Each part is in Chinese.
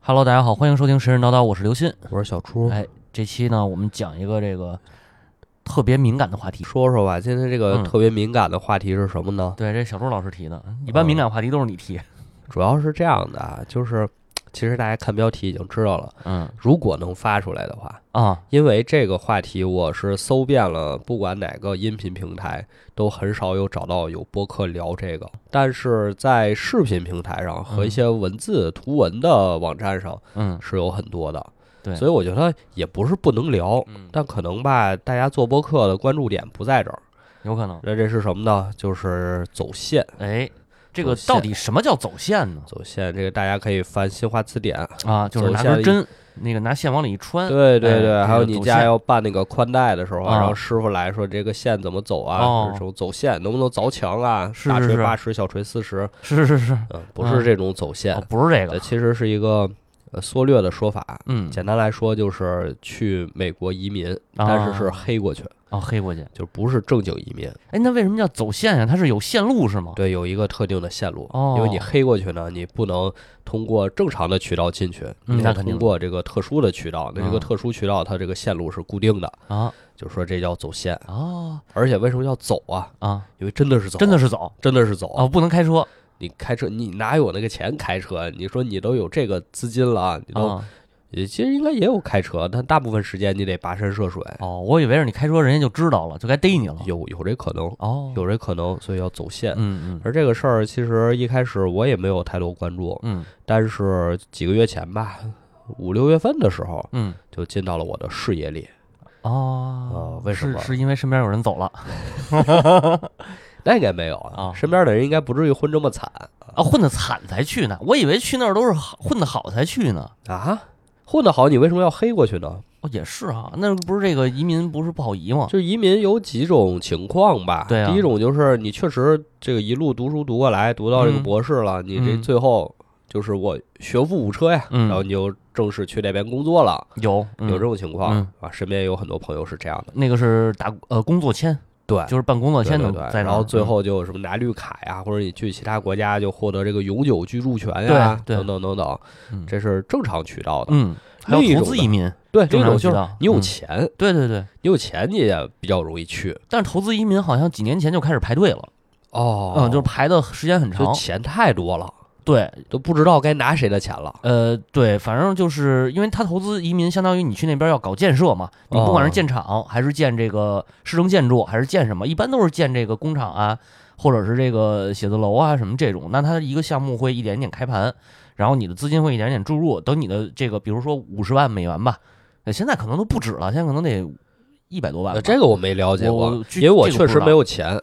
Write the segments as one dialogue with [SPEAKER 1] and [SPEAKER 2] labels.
[SPEAKER 1] Hello，大家好，欢迎收听《神神叨叨》，我是刘鑫。
[SPEAKER 2] 我是小初，
[SPEAKER 1] 哎，这期呢，我们讲一个这个特别敏感的话题。
[SPEAKER 2] 说说吧，今天这个
[SPEAKER 1] 嗯
[SPEAKER 2] 特别敏感的话题是什么呢？
[SPEAKER 1] 对，这小朱老师提的，一般
[SPEAKER 2] 嗯
[SPEAKER 1] 敏感话题都是你提。
[SPEAKER 2] 主要是这样的啊，就是其实大家看标题已经知道了，
[SPEAKER 1] 嗯
[SPEAKER 2] 如果能发出来的话，
[SPEAKER 1] 啊，
[SPEAKER 2] 因为这个话题我是搜遍了，不管哪个音频平台都很少有找到有播客聊这个，但是在视频平台上和一些文字图文的网站上
[SPEAKER 1] 嗯
[SPEAKER 2] 是有很多的，
[SPEAKER 1] 对
[SPEAKER 2] 所以我觉得也不是不能聊。
[SPEAKER 1] 嗯，
[SPEAKER 2] 但可能吧，大家做播客的关注点不在这儿，
[SPEAKER 1] 有可能。
[SPEAKER 2] 那这是什么呢？就是走线。
[SPEAKER 1] 哎，这个
[SPEAKER 2] 走线
[SPEAKER 1] 到底什么叫走线呢？
[SPEAKER 2] 走线，这个大家可以翻新华词典。
[SPEAKER 1] 啊，就是
[SPEAKER 2] 走
[SPEAKER 1] 拿
[SPEAKER 2] 线
[SPEAKER 1] 根
[SPEAKER 2] 一
[SPEAKER 1] 针，那个拿线往里一穿。
[SPEAKER 2] 对对对，
[SPEAKER 1] 哎
[SPEAKER 2] 还有
[SPEAKER 1] 这
[SPEAKER 2] 你
[SPEAKER 1] 个走
[SPEAKER 2] 家
[SPEAKER 1] 线
[SPEAKER 2] 要办那个宽带的时候啊，
[SPEAKER 1] 啊
[SPEAKER 2] 然后师傅来说这个线怎么走啊？
[SPEAKER 1] 哦
[SPEAKER 2] 这种走线能不能凿墙啊？
[SPEAKER 1] 是
[SPEAKER 2] 大
[SPEAKER 1] 是
[SPEAKER 2] 锤
[SPEAKER 1] 是
[SPEAKER 2] 八十，小锤四十，
[SPEAKER 1] 是是是，
[SPEAKER 2] 嗯，不是
[SPEAKER 1] 嗯
[SPEAKER 2] 这种走线
[SPEAKER 1] 哦，，不是这
[SPEAKER 2] 呃
[SPEAKER 1] 个。
[SPEAKER 2] 其实是一个呃缩略的说法。
[SPEAKER 1] 嗯，啊
[SPEAKER 2] 简单来说就是去美国移民，但是是黑过去，
[SPEAKER 1] 哦，黑过去。
[SPEAKER 2] 就不是正经移民。
[SPEAKER 1] 哎，那为什么叫走线呀？它是有线路是吗？
[SPEAKER 2] 对，有一个特定的线路，
[SPEAKER 1] 哦
[SPEAKER 2] 因为你黑过去呢，你不能通过正常的渠道进去，
[SPEAKER 1] 嗯
[SPEAKER 2] 你
[SPEAKER 1] 那
[SPEAKER 2] 要
[SPEAKER 1] 肯定的
[SPEAKER 2] 通过这个特殊的渠道。那这
[SPEAKER 1] 嗯
[SPEAKER 2] 个特殊渠道，它这个线路是固定的，
[SPEAKER 1] 啊
[SPEAKER 2] 就说这叫走线。
[SPEAKER 1] 哦
[SPEAKER 2] 而且为什么要走啊？
[SPEAKER 1] 啊，
[SPEAKER 2] 因为真的是走，
[SPEAKER 1] 真的是走
[SPEAKER 2] 真的是走
[SPEAKER 1] 哦，！不能开车
[SPEAKER 2] 你开车，你哪有那个钱开车？啊你说你都有这个资金了啊，你都、
[SPEAKER 1] 啊。
[SPEAKER 2] 也其实应该也有开车，但大部分时间你得跋山涉水，
[SPEAKER 1] 哦，我以为是你开车，人家就知道了，就该逮你了。
[SPEAKER 2] 有有这可能，
[SPEAKER 1] 哦，
[SPEAKER 2] 有这可能，所以要走线。
[SPEAKER 1] 嗯嗯
[SPEAKER 2] 而这个事儿其实一开始我也没有太多关注，
[SPEAKER 1] 嗯
[SPEAKER 2] 但是几个月前吧，五六月份的时候
[SPEAKER 1] 嗯
[SPEAKER 2] 就进到了我的视野里。
[SPEAKER 1] 哦
[SPEAKER 2] 啊为什么啊
[SPEAKER 1] 是是因为身边有人走了
[SPEAKER 2] 那应该没有
[SPEAKER 1] 啊
[SPEAKER 2] 身边的人应该不至于混这么惨
[SPEAKER 1] 啊？混的惨才去呢，我以为去那儿都是好混的好才去呢。
[SPEAKER 2] 啊！混得好，你为什么要黑过去呢？
[SPEAKER 1] 哦，也是哈，那不是这个移民不是不好移吗？
[SPEAKER 2] 就是移民有几种情况吧。
[SPEAKER 1] 对啊
[SPEAKER 2] 第一种就是你确实这个一路读书读过来，读到这个
[SPEAKER 1] 嗯
[SPEAKER 2] 博士了，你这
[SPEAKER 1] 嗯
[SPEAKER 2] 最后就是我学富五车呀，
[SPEAKER 1] 嗯
[SPEAKER 2] 然后你就正式去那边工作了，
[SPEAKER 1] 有
[SPEAKER 2] 有这
[SPEAKER 1] 种
[SPEAKER 2] 种情况、
[SPEAKER 1] 嗯
[SPEAKER 2] 啊。身边有很多朋友是这样的，
[SPEAKER 1] 那个是打呃工作签，
[SPEAKER 2] 对。
[SPEAKER 1] 就是办工作
[SPEAKER 2] 对
[SPEAKER 1] 签
[SPEAKER 2] 对
[SPEAKER 1] 的
[SPEAKER 2] 对，，
[SPEAKER 1] 在
[SPEAKER 2] 然
[SPEAKER 1] 那儿嗯
[SPEAKER 2] 后最后就有什么拿绿卡呀，或者你去其他国家就获得这个永久居住权呀，
[SPEAKER 1] 对对
[SPEAKER 2] 等等等等
[SPEAKER 1] 嗯，
[SPEAKER 2] 这是正常渠道的。
[SPEAKER 1] 嗯，还
[SPEAKER 2] 另一
[SPEAKER 1] 有投
[SPEAKER 2] 种
[SPEAKER 1] 资
[SPEAKER 2] 呢
[SPEAKER 1] 移民，
[SPEAKER 2] 对，
[SPEAKER 1] 正
[SPEAKER 2] 另一
[SPEAKER 1] 常
[SPEAKER 2] 种
[SPEAKER 1] 渠
[SPEAKER 2] 就是
[SPEAKER 1] 道。
[SPEAKER 2] 你有
[SPEAKER 1] 嗯
[SPEAKER 2] 钱，
[SPEAKER 1] 对对对，
[SPEAKER 2] 你有钱你也比较容易去
[SPEAKER 1] 但是投资移民好像几年前就开始排队了，
[SPEAKER 2] 哦
[SPEAKER 1] 嗯，就是排的时间很
[SPEAKER 2] 就
[SPEAKER 1] 长。
[SPEAKER 2] 钱太多了，
[SPEAKER 1] 对，
[SPEAKER 2] 都不知道该拿谁的钱了。
[SPEAKER 1] 呃，对，反正就是因为他投资移民，相当于你去那边要搞建设嘛，你不管是
[SPEAKER 2] 哦
[SPEAKER 1] 建厂还是建这个市政建筑，还是建什么，一般都是建这个工厂啊，或者是这个写字楼啊什么这种。那它一个项目会一点点开盘，然后你的资金会一点点注入，等你的这个，比如说五十万美元吧，呃现在可能都不止了，现在可能得一百多万吧。
[SPEAKER 2] 呃，这个我没了解
[SPEAKER 1] 我
[SPEAKER 2] 过
[SPEAKER 1] 我，具
[SPEAKER 2] 因为我
[SPEAKER 1] 这个不
[SPEAKER 2] 确
[SPEAKER 1] 知
[SPEAKER 2] 实
[SPEAKER 1] 道
[SPEAKER 2] 没有钱。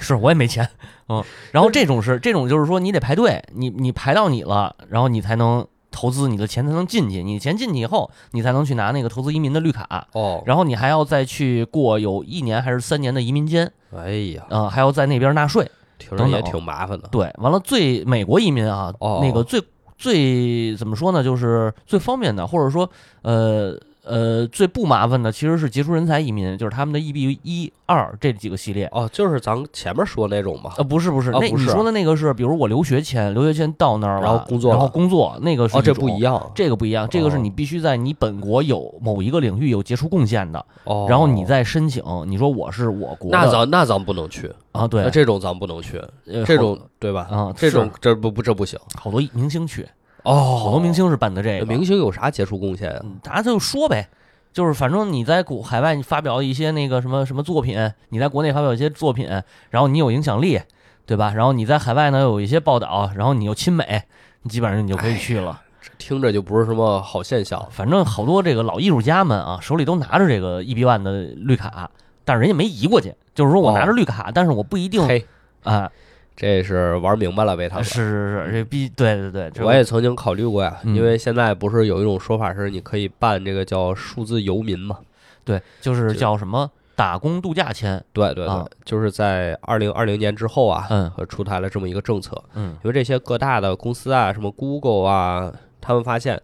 [SPEAKER 1] 是我也没钱，嗯。然后这种是这种就是说你得排队，你你排到你了，然后你才能投资，你的钱才能进去，你钱进去以后，你才能去拿那个投资移民的绿卡。
[SPEAKER 2] 哦，
[SPEAKER 1] 然后你还要再去过有一年还是三年的移民监，
[SPEAKER 2] 哎呀，
[SPEAKER 1] 呃，还要在那边纳税。
[SPEAKER 2] 听着
[SPEAKER 1] 等
[SPEAKER 2] 也
[SPEAKER 1] 等
[SPEAKER 2] 挺麻烦的。
[SPEAKER 1] 对，完了最美国移民啊，
[SPEAKER 2] 哦
[SPEAKER 1] 那个最最怎么说呢，就是最方便的，或者说呃呃最不麻烦的，其实是杰出人才移民，就是他们的 EB 一二这几个系列。
[SPEAKER 2] 哦，就是咱们前面说那种吧。
[SPEAKER 1] 呃，不是不是，
[SPEAKER 2] 啊
[SPEAKER 1] 那
[SPEAKER 2] 不
[SPEAKER 1] 你
[SPEAKER 2] 是
[SPEAKER 1] 说的那个是，比如我留学前，留学前到那儿
[SPEAKER 2] 然后
[SPEAKER 1] 了
[SPEAKER 2] 工作
[SPEAKER 1] 然后
[SPEAKER 2] 了
[SPEAKER 1] 工作，那个是
[SPEAKER 2] 哦，这
[SPEAKER 1] 种
[SPEAKER 2] 不一，样。
[SPEAKER 1] 这个不一样，这个是
[SPEAKER 2] 哦
[SPEAKER 1] 你必须在你本国有某一个领域有杰出贡献的，
[SPEAKER 2] 哦，
[SPEAKER 1] 然后你再申请，你说我是我国
[SPEAKER 2] 那
[SPEAKER 1] 的
[SPEAKER 2] 咱那咱不能去，
[SPEAKER 1] 啊，对
[SPEAKER 2] 那，这种咱不能去，
[SPEAKER 1] 呃好
[SPEAKER 2] 这种对吧？
[SPEAKER 1] 啊
[SPEAKER 2] 这种
[SPEAKER 1] 是
[SPEAKER 2] 这不不这不行
[SPEAKER 1] 好多明星去，
[SPEAKER 2] 哦
[SPEAKER 1] 好多明星是办的这
[SPEAKER 2] 那
[SPEAKER 1] 个，
[SPEAKER 2] 明星有啥杰出贡献啊？
[SPEAKER 1] 嗯大家就说呗。就是反正你在国海外你发表一些那个什么什么作品，你在国内发表一些作品，然后你有影响力，对吧？然后你在海外呢有一些报道，然后你又亲美，基本上你就可以去了。
[SPEAKER 2] 这听着就不是什么好现象。
[SPEAKER 1] 反正好多这个老艺术家们啊，手里都拿着这个 EB One 的绿卡，但是人家没移过去。就是说我拿着绿卡，但是我不一定
[SPEAKER 2] 嘿，
[SPEAKER 1] 啊、
[SPEAKER 2] 这是玩明白了呗，他们。
[SPEAKER 1] 是是是，这必对对对，这
[SPEAKER 2] 我也曾经考虑过呀，
[SPEAKER 1] 嗯
[SPEAKER 2] 因为现在不是有一种说法是你可以办这个叫数字游民嘛？
[SPEAKER 1] 对，就是
[SPEAKER 2] 就
[SPEAKER 1] 叫什么打工度假签，
[SPEAKER 2] 对对
[SPEAKER 1] 啊
[SPEAKER 2] 对，就是在二零二零年之后啊，
[SPEAKER 1] 嗯
[SPEAKER 2] 呃出台了这么一个政策，
[SPEAKER 1] 嗯，
[SPEAKER 2] 因为这些各大的公司啊，什么 Google 啊，他们发现，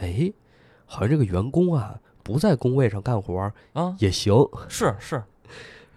[SPEAKER 2] 哎，好像这个员工啊不在工位上干活儿
[SPEAKER 1] 啊，
[SPEAKER 2] 也行，
[SPEAKER 1] 是是，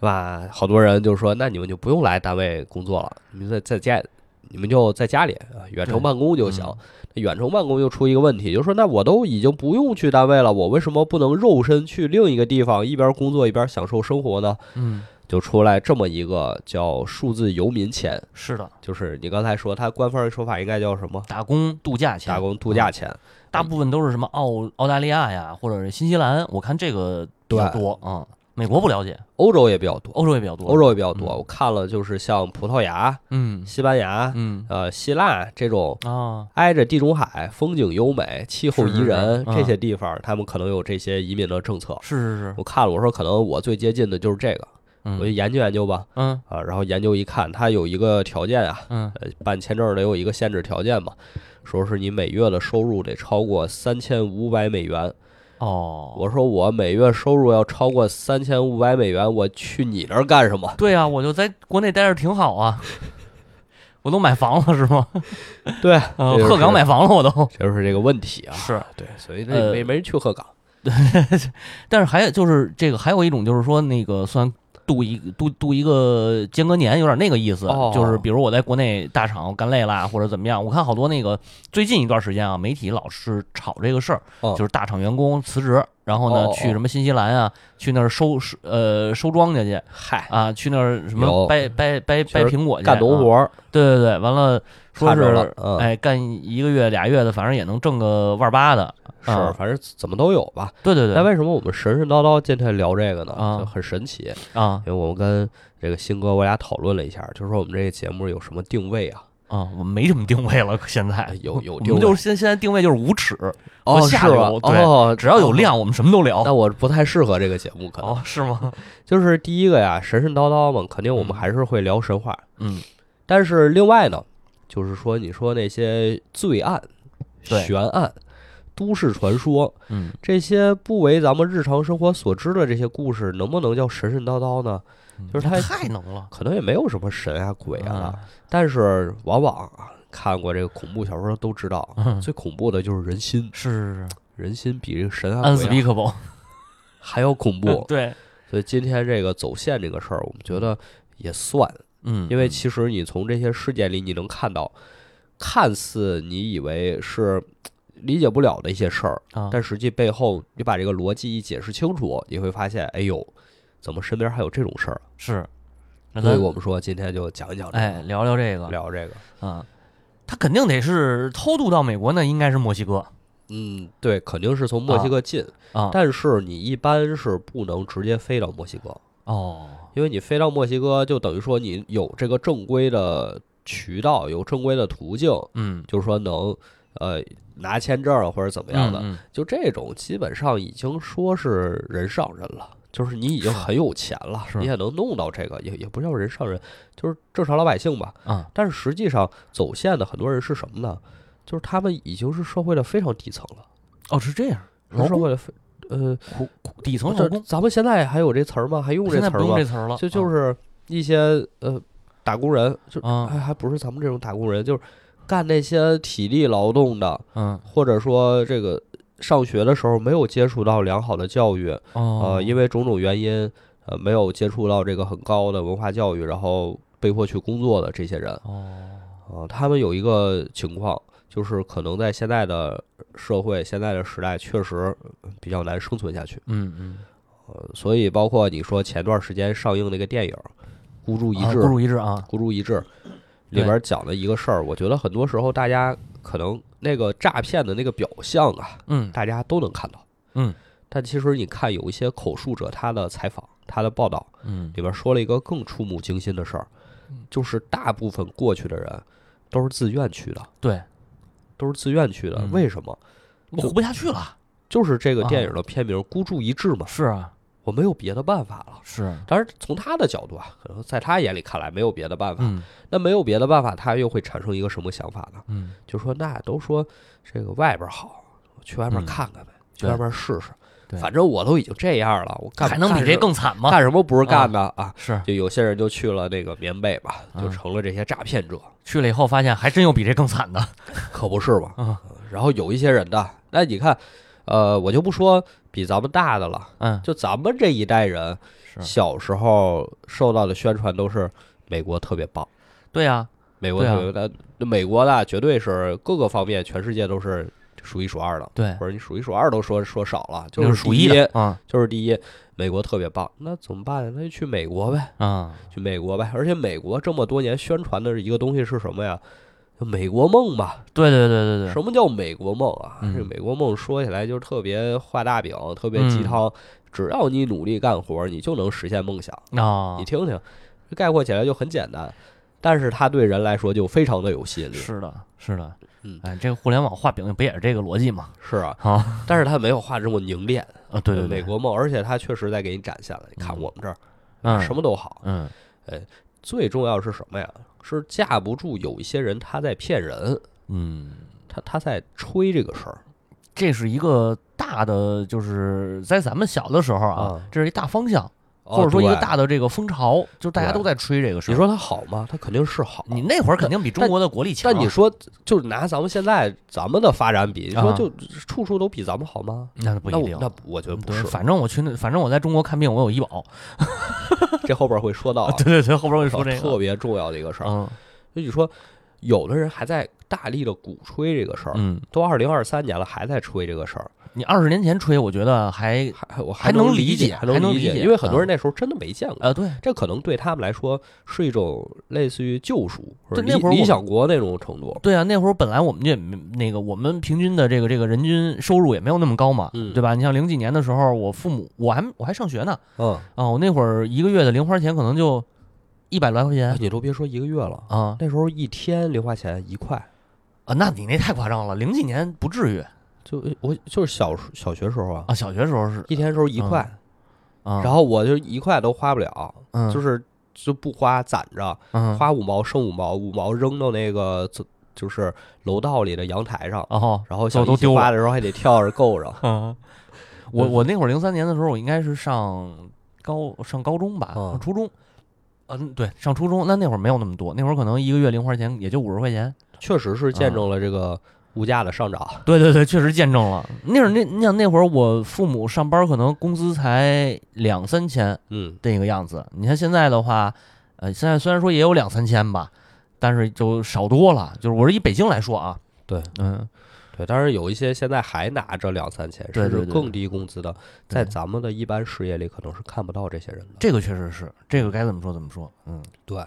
[SPEAKER 2] 是吧？好多人就说，那你们就不用来单位工作了，你们在在家，你们就在家里啊远程
[SPEAKER 1] 对
[SPEAKER 2] 办公就行。
[SPEAKER 1] 嗯
[SPEAKER 2] 远程办公又出一个问题，就是说那我都已经不用去单位了，我为什么不能肉身去另一个地方，一边工作一边享受生活呢？
[SPEAKER 1] 嗯，
[SPEAKER 2] 就出来这么一个叫数字游民钱，
[SPEAKER 1] 是的，
[SPEAKER 2] 就是你刚才说它官方的说法应该叫什么？
[SPEAKER 1] 打工度假钱，
[SPEAKER 2] 打工度假钱。
[SPEAKER 1] 大部分都是什么澳澳大利亚呀，或者是新西兰，我看这个比较
[SPEAKER 2] 对
[SPEAKER 1] 多啊、嗯美国不了解，
[SPEAKER 2] 欧洲也比较多，
[SPEAKER 1] 欧洲也比较多。
[SPEAKER 2] 欧洲也比较多。
[SPEAKER 1] 嗯
[SPEAKER 2] 我看了，就是像葡萄牙、
[SPEAKER 1] 嗯
[SPEAKER 2] 西班牙、
[SPEAKER 1] 嗯
[SPEAKER 2] 呃希腊这种
[SPEAKER 1] 啊，
[SPEAKER 2] 挨着地中海、风景优美、气候
[SPEAKER 1] 是
[SPEAKER 2] 宜
[SPEAKER 1] 是
[SPEAKER 2] 人
[SPEAKER 1] 嗯
[SPEAKER 2] 这些地方，他们可能有这些移民的政策。
[SPEAKER 1] 是是是，
[SPEAKER 2] 我看了，我说可能我最接近的就是这个，我就
[SPEAKER 1] 嗯
[SPEAKER 2] 研究研究吧。
[SPEAKER 1] 嗯
[SPEAKER 2] 啊，然后研究一看，它有一个条件啊，
[SPEAKER 1] 嗯
[SPEAKER 2] 呃，办签证得有一个限制条件嘛，说是你每月的收入得超过三千五百美元。
[SPEAKER 1] 哦，
[SPEAKER 2] 我说我每月收入要超过三千五百美元，我去你那儿干什 么？
[SPEAKER 1] 对啊，我就在国内待着挺好啊，我都买房了是 吗？
[SPEAKER 2] 对，
[SPEAKER 1] 呃
[SPEAKER 2] 这就是
[SPEAKER 1] 鹤岗买房了我都
[SPEAKER 2] 这就是这个问题啊。呃
[SPEAKER 1] 是。
[SPEAKER 2] 对，所以那没没人去鹤岗。
[SPEAKER 1] 但是还有就是这个，还有一种就是说那个算度一度度一个间隔年，有点那个意思。
[SPEAKER 2] 哦
[SPEAKER 1] 就是比如我在国内大厂干累了或者怎么样，我看好多那个最近一段时间啊，媒体老是炒这个事儿，
[SPEAKER 2] 哦
[SPEAKER 1] 就是大厂员工辞职，然后呢
[SPEAKER 2] 哦哦
[SPEAKER 1] 去什么新西兰啊，去那儿收收呃收庄稼去
[SPEAKER 2] 嗨，
[SPEAKER 1] 啊，去那儿什么
[SPEAKER 2] 有
[SPEAKER 1] 掰掰掰
[SPEAKER 2] 其实
[SPEAKER 1] 掰苹果去
[SPEAKER 2] 干农
[SPEAKER 1] 啊
[SPEAKER 2] 活儿，
[SPEAKER 1] 对对对，完了说
[SPEAKER 2] 看着了
[SPEAKER 1] 是。
[SPEAKER 2] 嗯，
[SPEAKER 1] 哎，干一个月俩月的，反正也能挣个万八的。
[SPEAKER 2] 是，
[SPEAKER 1] 啊
[SPEAKER 2] 反正怎么都有吧。
[SPEAKER 1] 对对对，
[SPEAKER 2] 那为什么我们神神叨叨今天聊这个呢？
[SPEAKER 1] 啊
[SPEAKER 2] 就很神奇，
[SPEAKER 1] 啊
[SPEAKER 2] 因为我们跟这个新哥我俩讨论了一下，就说我们这个节目有什么定位啊？
[SPEAKER 1] 啊，我们没什么定位了， 现在
[SPEAKER 2] 有哎有
[SPEAKER 1] 我们
[SPEAKER 2] 定位
[SPEAKER 1] 就是现现在定位就是无耻，
[SPEAKER 2] 哦，
[SPEAKER 1] 和
[SPEAKER 2] 是
[SPEAKER 1] 下
[SPEAKER 2] 吧
[SPEAKER 1] 流？对
[SPEAKER 2] 哦，
[SPEAKER 1] 只要有量，我们什么都聊
[SPEAKER 2] 哦，。那我不太适合这个节目，可能
[SPEAKER 1] 哦，是吗？
[SPEAKER 2] 就是第一个呀，神神叨叨嘛，肯定我们
[SPEAKER 1] 嗯
[SPEAKER 2] 还是会聊神话。
[SPEAKER 1] 嗯，
[SPEAKER 2] 但是另外呢，就是说你说那些罪案、
[SPEAKER 1] 对
[SPEAKER 2] 悬案、都市传说
[SPEAKER 1] 嗯，
[SPEAKER 2] 这些不为咱们日常生活所知的这些故事，能不能叫神神叨叨呢？ 就是他
[SPEAKER 1] 嗯太能了，
[SPEAKER 2] 可能也没有什么神啊、鬼啊，
[SPEAKER 1] 啊
[SPEAKER 2] 但是往往啊，看过这个恐怖小说都知道，
[SPEAKER 1] 嗯
[SPEAKER 2] 最恐怖的就是人心，
[SPEAKER 1] 是是是
[SPEAKER 2] 人心比这个神啊、鬼啊
[SPEAKER 1] ，unspeakable，。
[SPEAKER 2] 还要恐怖
[SPEAKER 1] 对，
[SPEAKER 2] 所以今天这个走线这个事儿，我们觉得也算，
[SPEAKER 1] 嗯，
[SPEAKER 2] 因为其实你从这些事件里，你能看到，看似你以为是理解不了的一些事儿，
[SPEAKER 1] 啊，
[SPEAKER 2] 但实际背后你把这个逻辑一解释清楚，你会发现，哎呦，怎么身边还有这种事儿？
[SPEAKER 1] 是，那
[SPEAKER 2] 所以
[SPEAKER 1] 咱
[SPEAKER 2] 我们说今天就讲一讲
[SPEAKER 1] 嗯
[SPEAKER 2] 这个，
[SPEAKER 1] 哎聊聊这个
[SPEAKER 2] 聊这个。
[SPEAKER 1] 啊，他肯定得是偷渡到美国呢，应该是墨西哥
[SPEAKER 2] 嗯，对，肯定是从墨西哥进，
[SPEAKER 1] 啊。
[SPEAKER 2] 但是你一般是不能直接飞到墨西哥，
[SPEAKER 1] 哦，
[SPEAKER 2] 因为你飞到墨西哥就等于说你有这个正规的渠道，有正规的途径，
[SPEAKER 1] 嗯，
[SPEAKER 2] 就是说能呃拿签证啊或者怎么样的，
[SPEAKER 1] 嗯嗯
[SPEAKER 2] 就这种基本上已经说是人上人了。就是你已经很有钱了，
[SPEAKER 1] 是
[SPEAKER 2] 你也能弄到这个，也也不叫人上人，就是正常老百姓吧。
[SPEAKER 1] 啊，
[SPEAKER 2] 但是实际上走线的很多人是什么呢？就是他们已经是社会的非常底层了，
[SPEAKER 1] 哦，是这样，
[SPEAKER 2] 是
[SPEAKER 1] 劳
[SPEAKER 2] 社
[SPEAKER 1] 工
[SPEAKER 2] 会的非呃
[SPEAKER 1] 苦苦底层劳
[SPEAKER 2] 这
[SPEAKER 1] 工，
[SPEAKER 2] 咱们现在还有这词儿吗？还用这
[SPEAKER 1] 现在
[SPEAKER 2] 词
[SPEAKER 1] 不
[SPEAKER 2] 儿
[SPEAKER 1] 用
[SPEAKER 2] 吗
[SPEAKER 1] 这？词儿了，
[SPEAKER 2] 就就是一些呃打工人，就哎
[SPEAKER 1] 啊
[SPEAKER 2] 还还不是咱们这种打工人，就是干那些体力劳动的，
[SPEAKER 1] 嗯
[SPEAKER 2] 或者说这个上学的时候没有接触到良好的教育，
[SPEAKER 1] 哦
[SPEAKER 2] 呃，，因为种种原因，呃，没有接触到这个很高的文化教育，然后被迫去工作的这些人，
[SPEAKER 1] 哦，
[SPEAKER 2] 啊，他们有一个情况，就是可能在现在的社会、现在的时代，确实比较难生存下去。
[SPEAKER 1] 嗯嗯，
[SPEAKER 2] 呃，所以包括你说前段时间上映那个电影儿《孤注一掷》
[SPEAKER 1] 啊孤注一掷啊，
[SPEAKER 2] 孤注一掷》里
[SPEAKER 1] 对
[SPEAKER 2] 边儿讲的一个事儿，我觉得很多时候大家可能那个诈骗的那个表象啊，
[SPEAKER 1] 嗯
[SPEAKER 2] 大家都能看到。
[SPEAKER 1] 嗯，
[SPEAKER 2] 但其实你看有一些口述者他的采访、他的报道
[SPEAKER 1] 嗯
[SPEAKER 2] 里边儿说了一个更触目惊心的事儿，就是大部分过去的人都是自愿去的，
[SPEAKER 1] 对，
[SPEAKER 2] 都是自愿去的。
[SPEAKER 1] 嗯
[SPEAKER 2] 为什么？
[SPEAKER 1] 我活不下去了，
[SPEAKER 2] 就是这个电
[SPEAKER 1] 啊
[SPEAKER 2] 影的片名《孤注一掷》嘛，
[SPEAKER 1] 是啊
[SPEAKER 2] 我没有别的办法了。
[SPEAKER 1] 是，
[SPEAKER 2] 当然，从他的角度啊，可能在他眼里看来没有别的办法。
[SPEAKER 1] 嗯
[SPEAKER 2] 那没有别的办法，他又会产生一个什么想法呢？
[SPEAKER 1] 嗯
[SPEAKER 2] 就说那都说这个外边好，我去外面
[SPEAKER 1] 嗯
[SPEAKER 2] 看看呗，去
[SPEAKER 1] 对
[SPEAKER 2] 外面试试。
[SPEAKER 1] 对
[SPEAKER 2] 反正我都已经这样了，我干
[SPEAKER 1] 还能比这更惨吗？
[SPEAKER 2] 干什么不是干的啊？
[SPEAKER 1] 是
[SPEAKER 2] 就有些人就去了那个棉被吧，就
[SPEAKER 1] 嗯
[SPEAKER 2] 成了这些诈骗者，
[SPEAKER 1] 去了以后发现还真有比这更惨的
[SPEAKER 2] 可不是嘛。嗯
[SPEAKER 1] 啊，
[SPEAKER 2] 然后有一些人的，那你看，呃，我就不说比咱们大的了，
[SPEAKER 1] 嗯
[SPEAKER 2] 就咱们这一代人
[SPEAKER 1] 是
[SPEAKER 2] 小时候受到的宣传都是美国特别棒。
[SPEAKER 1] 对呀，
[SPEAKER 2] 美国
[SPEAKER 1] 对啊
[SPEAKER 2] 特别大，那美国的绝对是各个方面，全世界都是数一数二的，
[SPEAKER 1] 对，
[SPEAKER 2] 或者你数一数二都说说少了，
[SPEAKER 1] 那
[SPEAKER 2] 就是
[SPEAKER 1] 数
[SPEAKER 2] 第
[SPEAKER 1] 一的啊
[SPEAKER 2] 就是第一，美国特别棒。那怎么办呀？那就去美国呗，
[SPEAKER 1] 啊，
[SPEAKER 2] 去美国呗。而且美国这么多年宣传的一个东西是什么呀？就美国梦嘛。
[SPEAKER 1] 对对对对对，
[SPEAKER 2] 什么叫美国梦啊？
[SPEAKER 1] 嗯
[SPEAKER 2] 这美国梦说起来就是特别画大饼，特别鸡
[SPEAKER 1] 嗯
[SPEAKER 2] 汤。只要你努力干活，你就能实现梦想。
[SPEAKER 1] 啊
[SPEAKER 2] 你，听听，这概括起来就很简单，但是它对人来说就非常的有吸引力。
[SPEAKER 1] 是的，是的，
[SPEAKER 2] 嗯
[SPEAKER 1] 哎，这个互联网画饼不也是这个逻辑吗？
[SPEAKER 2] 是啊，
[SPEAKER 1] 啊，
[SPEAKER 2] 但是它没有画这么凝练。
[SPEAKER 1] 啊，对对对，
[SPEAKER 2] 美国梦，而且它确实在给你展现了。你看我们这儿
[SPEAKER 1] 嗯
[SPEAKER 2] 什么都好，
[SPEAKER 1] 嗯
[SPEAKER 2] 最重要是什么呀？是架不住有一些人他在骗人，
[SPEAKER 1] 嗯，
[SPEAKER 2] 他他在吹这个事儿。
[SPEAKER 1] 这是一个大的，就是在咱们小的时候啊
[SPEAKER 2] 啊，
[SPEAKER 1] 这是一大方向，
[SPEAKER 2] 哦
[SPEAKER 1] 或者说一个
[SPEAKER 2] 对
[SPEAKER 1] 大的这个风潮，就大家
[SPEAKER 2] 对
[SPEAKER 1] 都在吹这个事儿。
[SPEAKER 2] 你说他好吗？他肯定是好。啊
[SPEAKER 1] 你那会儿肯定比中国的国力强，啊
[SPEAKER 2] 但你说，就拿咱们现在咱们的发展比，你说
[SPEAKER 1] 啊
[SPEAKER 2] 就处处都比咱们好吗？
[SPEAKER 1] 那不
[SPEAKER 2] 那
[SPEAKER 1] 一
[SPEAKER 2] 我
[SPEAKER 1] 定。
[SPEAKER 2] 那我觉得不
[SPEAKER 1] 对，
[SPEAKER 2] 是，
[SPEAKER 1] 反正我去那，反正我在中国看病，我有医保。，
[SPEAKER 2] 这后边会说到啊
[SPEAKER 1] 对对对，后边我会说这
[SPEAKER 2] 特
[SPEAKER 1] 个。
[SPEAKER 2] 别重要的一个事儿。
[SPEAKER 1] 嗯
[SPEAKER 2] 所以你说，有的人还在大力的鼓吹这个事儿，
[SPEAKER 1] 嗯，
[SPEAKER 2] 都二零二三年了，还在吹这个事儿，
[SPEAKER 1] 你二十年前吹，我觉得还
[SPEAKER 2] 还还我
[SPEAKER 1] 还能
[SPEAKER 2] 能
[SPEAKER 1] 理解
[SPEAKER 2] 解，还
[SPEAKER 1] 还能
[SPEAKER 2] 理
[SPEAKER 1] 理解
[SPEAKER 2] 因为很多
[SPEAKER 1] 嗯
[SPEAKER 2] 人那时候真的没见过。
[SPEAKER 1] 呃对
[SPEAKER 2] 这可能对他们来说是一种类似于救赎，或
[SPEAKER 1] 对
[SPEAKER 2] 者理
[SPEAKER 1] 那会儿我
[SPEAKER 2] 理想国那种程度。
[SPEAKER 1] 对啊，那会儿本来我们也没那个我们平均的这个这个人均收入也没有那么高嘛，
[SPEAKER 2] 嗯
[SPEAKER 1] 对吧？你像零几年的时候，我父母我还我还上学呢
[SPEAKER 2] 嗯，
[SPEAKER 1] 啊，我那会儿一个月的零花钱可能就一百来块
[SPEAKER 2] 哎
[SPEAKER 1] 钱
[SPEAKER 2] 你都别说一个月了，
[SPEAKER 1] 啊
[SPEAKER 2] 那时候一天零花钱一块，
[SPEAKER 1] 啊，那你那太夸张了，零几年不至于
[SPEAKER 2] 就我就是小小学时候啊，
[SPEAKER 1] 啊，小学时候是
[SPEAKER 2] 一天时候一块，
[SPEAKER 1] 啊，
[SPEAKER 2] 然后我就一块都花不了，
[SPEAKER 1] 后
[SPEAKER 2] 就是就不花，攒着
[SPEAKER 1] 嗯
[SPEAKER 2] 花五毛剩五毛，五毛扔到那个就就是楼道里的阳台上，
[SPEAKER 1] 然 后
[SPEAKER 2] 然后想
[SPEAKER 1] 都
[SPEAKER 2] 一起
[SPEAKER 1] 丢了
[SPEAKER 2] 花的时候还得跳着够 着。
[SPEAKER 1] 啊，我我那会儿零三年的时候，我应该是上高上高中吧，
[SPEAKER 2] 嗯
[SPEAKER 1] 上初中。嗯，对，上初中那那会儿没有那么多，那会儿可能一个月零花钱也就五十块钱。
[SPEAKER 2] 确实是见证了这个物价的上涨。
[SPEAKER 1] 对对对，确实见证了。那会儿那你想那会儿我父母上班可能工资才两三千
[SPEAKER 2] 嗯，
[SPEAKER 1] 这个样子，你看现在的话，呃，现在虽然说也有两三千吧，但是就少多了。就是我是以北京来说啊，
[SPEAKER 2] 对，
[SPEAKER 1] 嗯，
[SPEAKER 2] 对，当然有一些现在还拿着两三千，
[SPEAKER 1] 对
[SPEAKER 2] 甚至
[SPEAKER 1] 对对
[SPEAKER 2] 更低工资的，在
[SPEAKER 1] 对
[SPEAKER 2] 咱们的一般事业里可能是看不到这些人的。
[SPEAKER 1] 这个确实是，这个该怎么说怎么说，嗯
[SPEAKER 2] 对，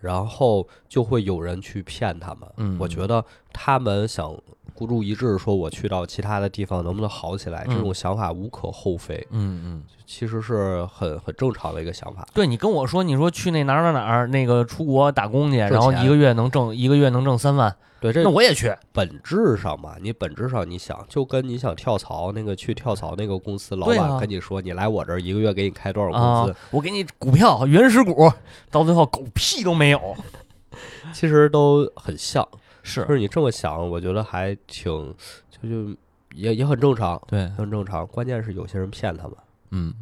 [SPEAKER 2] 然后就会有人去骗他们。
[SPEAKER 1] 嗯，
[SPEAKER 2] 我觉得他们想孤注一掷，说我去到其他的地方能不能好起来，这
[SPEAKER 1] 嗯
[SPEAKER 2] 种想法无可厚非，
[SPEAKER 1] 嗯嗯。
[SPEAKER 2] 其实是很很正常的一个想法。
[SPEAKER 1] 对你跟我说，你说去那哪儿哪儿哪儿那个出国打工去，然后
[SPEAKER 2] 钱
[SPEAKER 1] 一个月能挣一个月能挣三万，
[SPEAKER 2] 对，这
[SPEAKER 1] 那我也去。
[SPEAKER 2] 本质上嘛，你本质上你想，就跟你想跳槽那个去跳槽那个公司，老
[SPEAKER 1] 对啊
[SPEAKER 2] 板跟你说，你来我这儿一个月给你开多少工
[SPEAKER 1] 啊
[SPEAKER 2] 资，！
[SPEAKER 1] 我给你股票原始股，到最后狗屁都没有。
[SPEAKER 2] 其实都很像。
[SPEAKER 1] 是
[SPEAKER 2] 就是你这么想，我觉得还挺，就就也也很正常，
[SPEAKER 1] 对，
[SPEAKER 2] 很正常。关键是有些人骗他们。
[SPEAKER 1] 嗯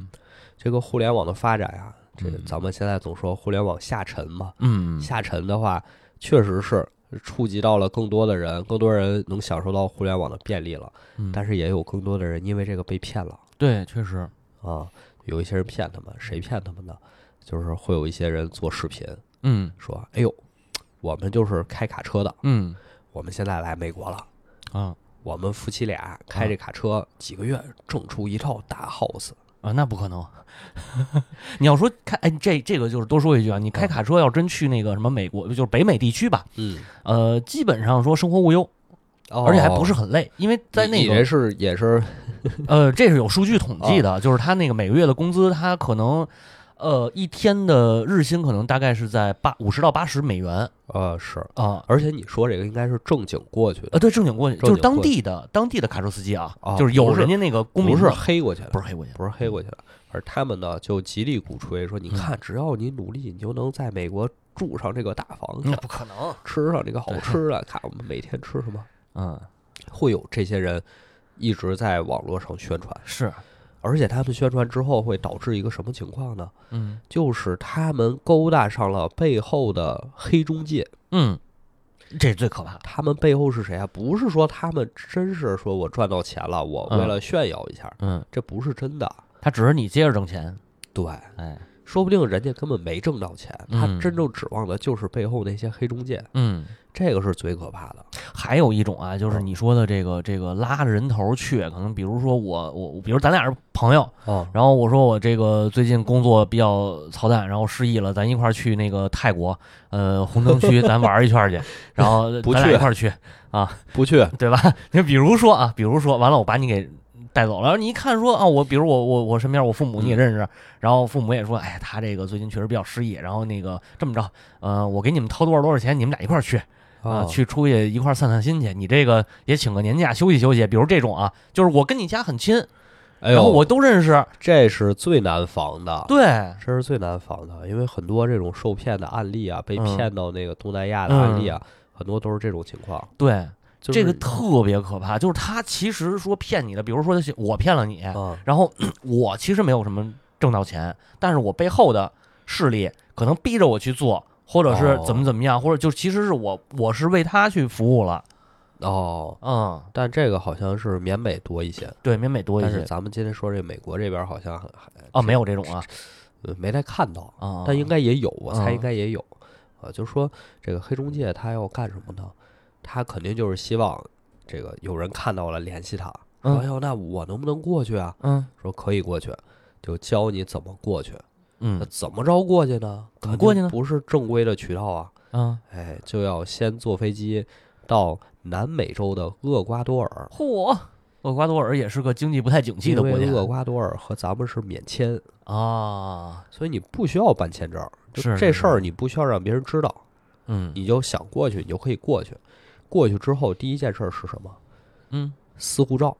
[SPEAKER 2] 这个互联网的发展呀、这
[SPEAKER 1] 嗯
[SPEAKER 2] 咱们现在总说互联网下沉嘛，
[SPEAKER 1] 嗯，
[SPEAKER 2] 下沉的话，确实是触及到了更多的人，更多人能享受到互联网的便利了。
[SPEAKER 1] 嗯
[SPEAKER 2] 但是也有更多的人因为这个被骗了
[SPEAKER 1] 对，确实，
[SPEAKER 2] 啊，有一些人骗他们，谁骗他们呢？就是会有一些人做视频
[SPEAKER 1] 嗯
[SPEAKER 2] 说：“哎呦，我们就是开卡车的，
[SPEAKER 1] 嗯
[SPEAKER 2] 我们现在来美国了。”
[SPEAKER 1] 啊
[SPEAKER 2] 我们夫妻俩开这卡车几个月挣出一套大 house，
[SPEAKER 1] 啊，那不可能。 你要说开，哎，这这个就是多说一句啊，你开卡车要真去那个什么美国，就是北美地区吧，
[SPEAKER 2] 嗯，
[SPEAKER 1] 呃，基本上说生活无忧，而且还不是很累，因为在那
[SPEAKER 2] 你
[SPEAKER 1] 个
[SPEAKER 2] 这是哦哦也是
[SPEAKER 1] 呃，这是有数据统计的，就是他那个每个月的工资，他可能，呃，一天的日薪可能大概是在八五十到八十美元啊、
[SPEAKER 2] 呃是，而且你说这个应该是正经过去的，
[SPEAKER 1] 呃，对，正经过去
[SPEAKER 2] 正经
[SPEAKER 1] 就是当地的当地的卡车司机啊，
[SPEAKER 2] 啊
[SPEAKER 1] 就是有
[SPEAKER 2] 不是
[SPEAKER 1] 人家那个公民
[SPEAKER 2] 不
[SPEAKER 1] 的
[SPEAKER 2] 是黑过去的，
[SPEAKER 1] 不是黑过去，
[SPEAKER 2] 不是黑过去的，嗯而他们呢就极力鼓吹说，你看只要你努力，你就能在美国住上这个大房子，
[SPEAKER 1] 不可能，
[SPEAKER 2] 吃上这个好吃的，看我们每天吃什么，
[SPEAKER 1] 嗯，
[SPEAKER 2] 会有这些人一直在网络上宣传，
[SPEAKER 1] 是，
[SPEAKER 2] 而且他们宣传之后会导致一个什么情况呢？
[SPEAKER 1] 嗯
[SPEAKER 2] 就是他们勾搭上了背后的黑中介。
[SPEAKER 1] 嗯，这是最可怕的，
[SPEAKER 2] 他们背后是谁啊？不是说他们真是说我赚到钱了，我
[SPEAKER 1] 嗯
[SPEAKER 2] 为了炫耀一下，
[SPEAKER 1] 嗯，
[SPEAKER 2] 这不是真的。
[SPEAKER 1] 他只是你接着挣钱，
[SPEAKER 2] 对，
[SPEAKER 1] 哎，
[SPEAKER 2] 说不定人家根本没挣到钱，他
[SPEAKER 1] 嗯
[SPEAKER 2] 真正指望的就是背后那些黑中介，
[SPEAKER 1] 嗯，
[SPEAKER 2] 这个是最可怕的。
[SPEAKER 1] 还有一种啊，
[SPEAKER 2] 哦
[SPEAKER 1] 就是你说的这个这个拉着人头去，可能比如说我我，比如咱俩是朋友，
[SPEAKER 2] 哦，
[SPEAKER 1] 然后我说我这个最近工作比较操蛋，然后失忆了，咱一块儿去那个泰国，呃，红灯 区咱玩一圈儿去，然后
[SPEAKER 2] 不
[SPEAKER 1] 咱俩
[SPEAKER 2] 去
[SPEAKER 1] 一块儿去，
[SPEAKER 2] 不去，
[SPEAKER 1] 对吧？就比如说啊，比如说完了，我把你给带走了，然后你一看说啊，我比如我我我身边我父母你也认识，
[SPEAKER 2] 嗯
[SPEAKER 1] 然后父母也说，哎呀，他这个最近确实比较失忆，然后那个这么着，呃，我给你们掏多少多少钱，你们俩一块儿去。啊，
[SPEAKER 2] 哦
[SPEAKER 1] 去出去一块儿散散心去。你这个也请个年假休息休息，比如这种啊，就是我跟你家很亲，
[SPEAKER 2] 哎
[SPEAKER 1] 然
[SPEAKER 2] 呦，
[SPEAKER 1] 后我都认识，
[SPEAKER 2] 这是最难防的。
[SPEAKER 1] 对，
[SPEAKER 2] 这是最难防的，因为很多这种受骗的案例啊，被
[SPEAKER 1] 嗯
[SPEAKER 2] 骗到那个东南亚的案例啊，很多都是这种情况。
[SPEAKER 1] 对，
[SPEAKER 2] 就是、
[SPEAKER 1] 这个特别可怕。就是他其实说骗你的，比如说我骗了你，
[SPEAKER 2] 啊，
[SPEAKER 1] 然后 我其实没有什么挣到钱，但是我背后的势力可能逼着我去做，或者是
[SPEAKER 2] 哦
[SPEAKER 1] 怎么怎么样，或者就其实是我我是为他去服务了。
[SPEAKER 2] 哦，
[SPEAKER 1] 嗯，
[SPEAKER 2] 但这个好像是缅北多一些，
[SPEAKER 1] 对，缅北多一
[SPEAKER 2] 但是
[SPEAKER 1] 些
[SPEAKER 2] 咱们今天说这美国这边好像还还
[SPEAKER 1] 啊，没有这种啊
[SPEAKER 2] 呃没太看到，
[SPEAKER 1] 啊，
[SPEAKER 2] 但应该也有，我猜
[SPEAKER 1] 嗯
[SPEAKER 2] 应该也有。啊，就是说这个黑中介他要干什么呢？他肯定就是希望这个有人看到了联系他，说：“
[SPEAKER 1] 嗯
[SPEAKER 2] 哎呦，那我能不能过去啊
[SPEAKER 1] 嗯？”
[SPEAKER 2] 说可以过去，啊就教你怎么过去。那
[SPEAKER 1] 嗯
[SPEAKER 2] 怎么着过去呢？
[SPEAKER 1] 怎么过去呢
[SPEAKER 2] 肯定不是正规的渠道啊，
[SPEAKER 1] 嗯，
[SPEAKER 2] 哎，就要先坐飞机到南美洲的厄瓜多尔。
[SPEAKER 1] 嚯，厄瓜多尔也是个经济不太景气的
[SPEAKER 2] 因为
[SPEAKER 1] 国家
[SPEAKER 2] 厄瓜多尔和咱们是免签，
[SPEAKER 1] 啊，
[SPEAKER 2] 所以你不需要办签证，就是这
[SPEAKER 1] 是
[SPEAKER 2] 事儿你不需要让别人知道，
[SPEAKER 1] 嗯
[SPEAKER 2] 你就想过去，你就可以过去。过去之后，第一件事儿是什么？
[SPEAKER 1] 嗯，
[SPEAKER 2] 撕护照，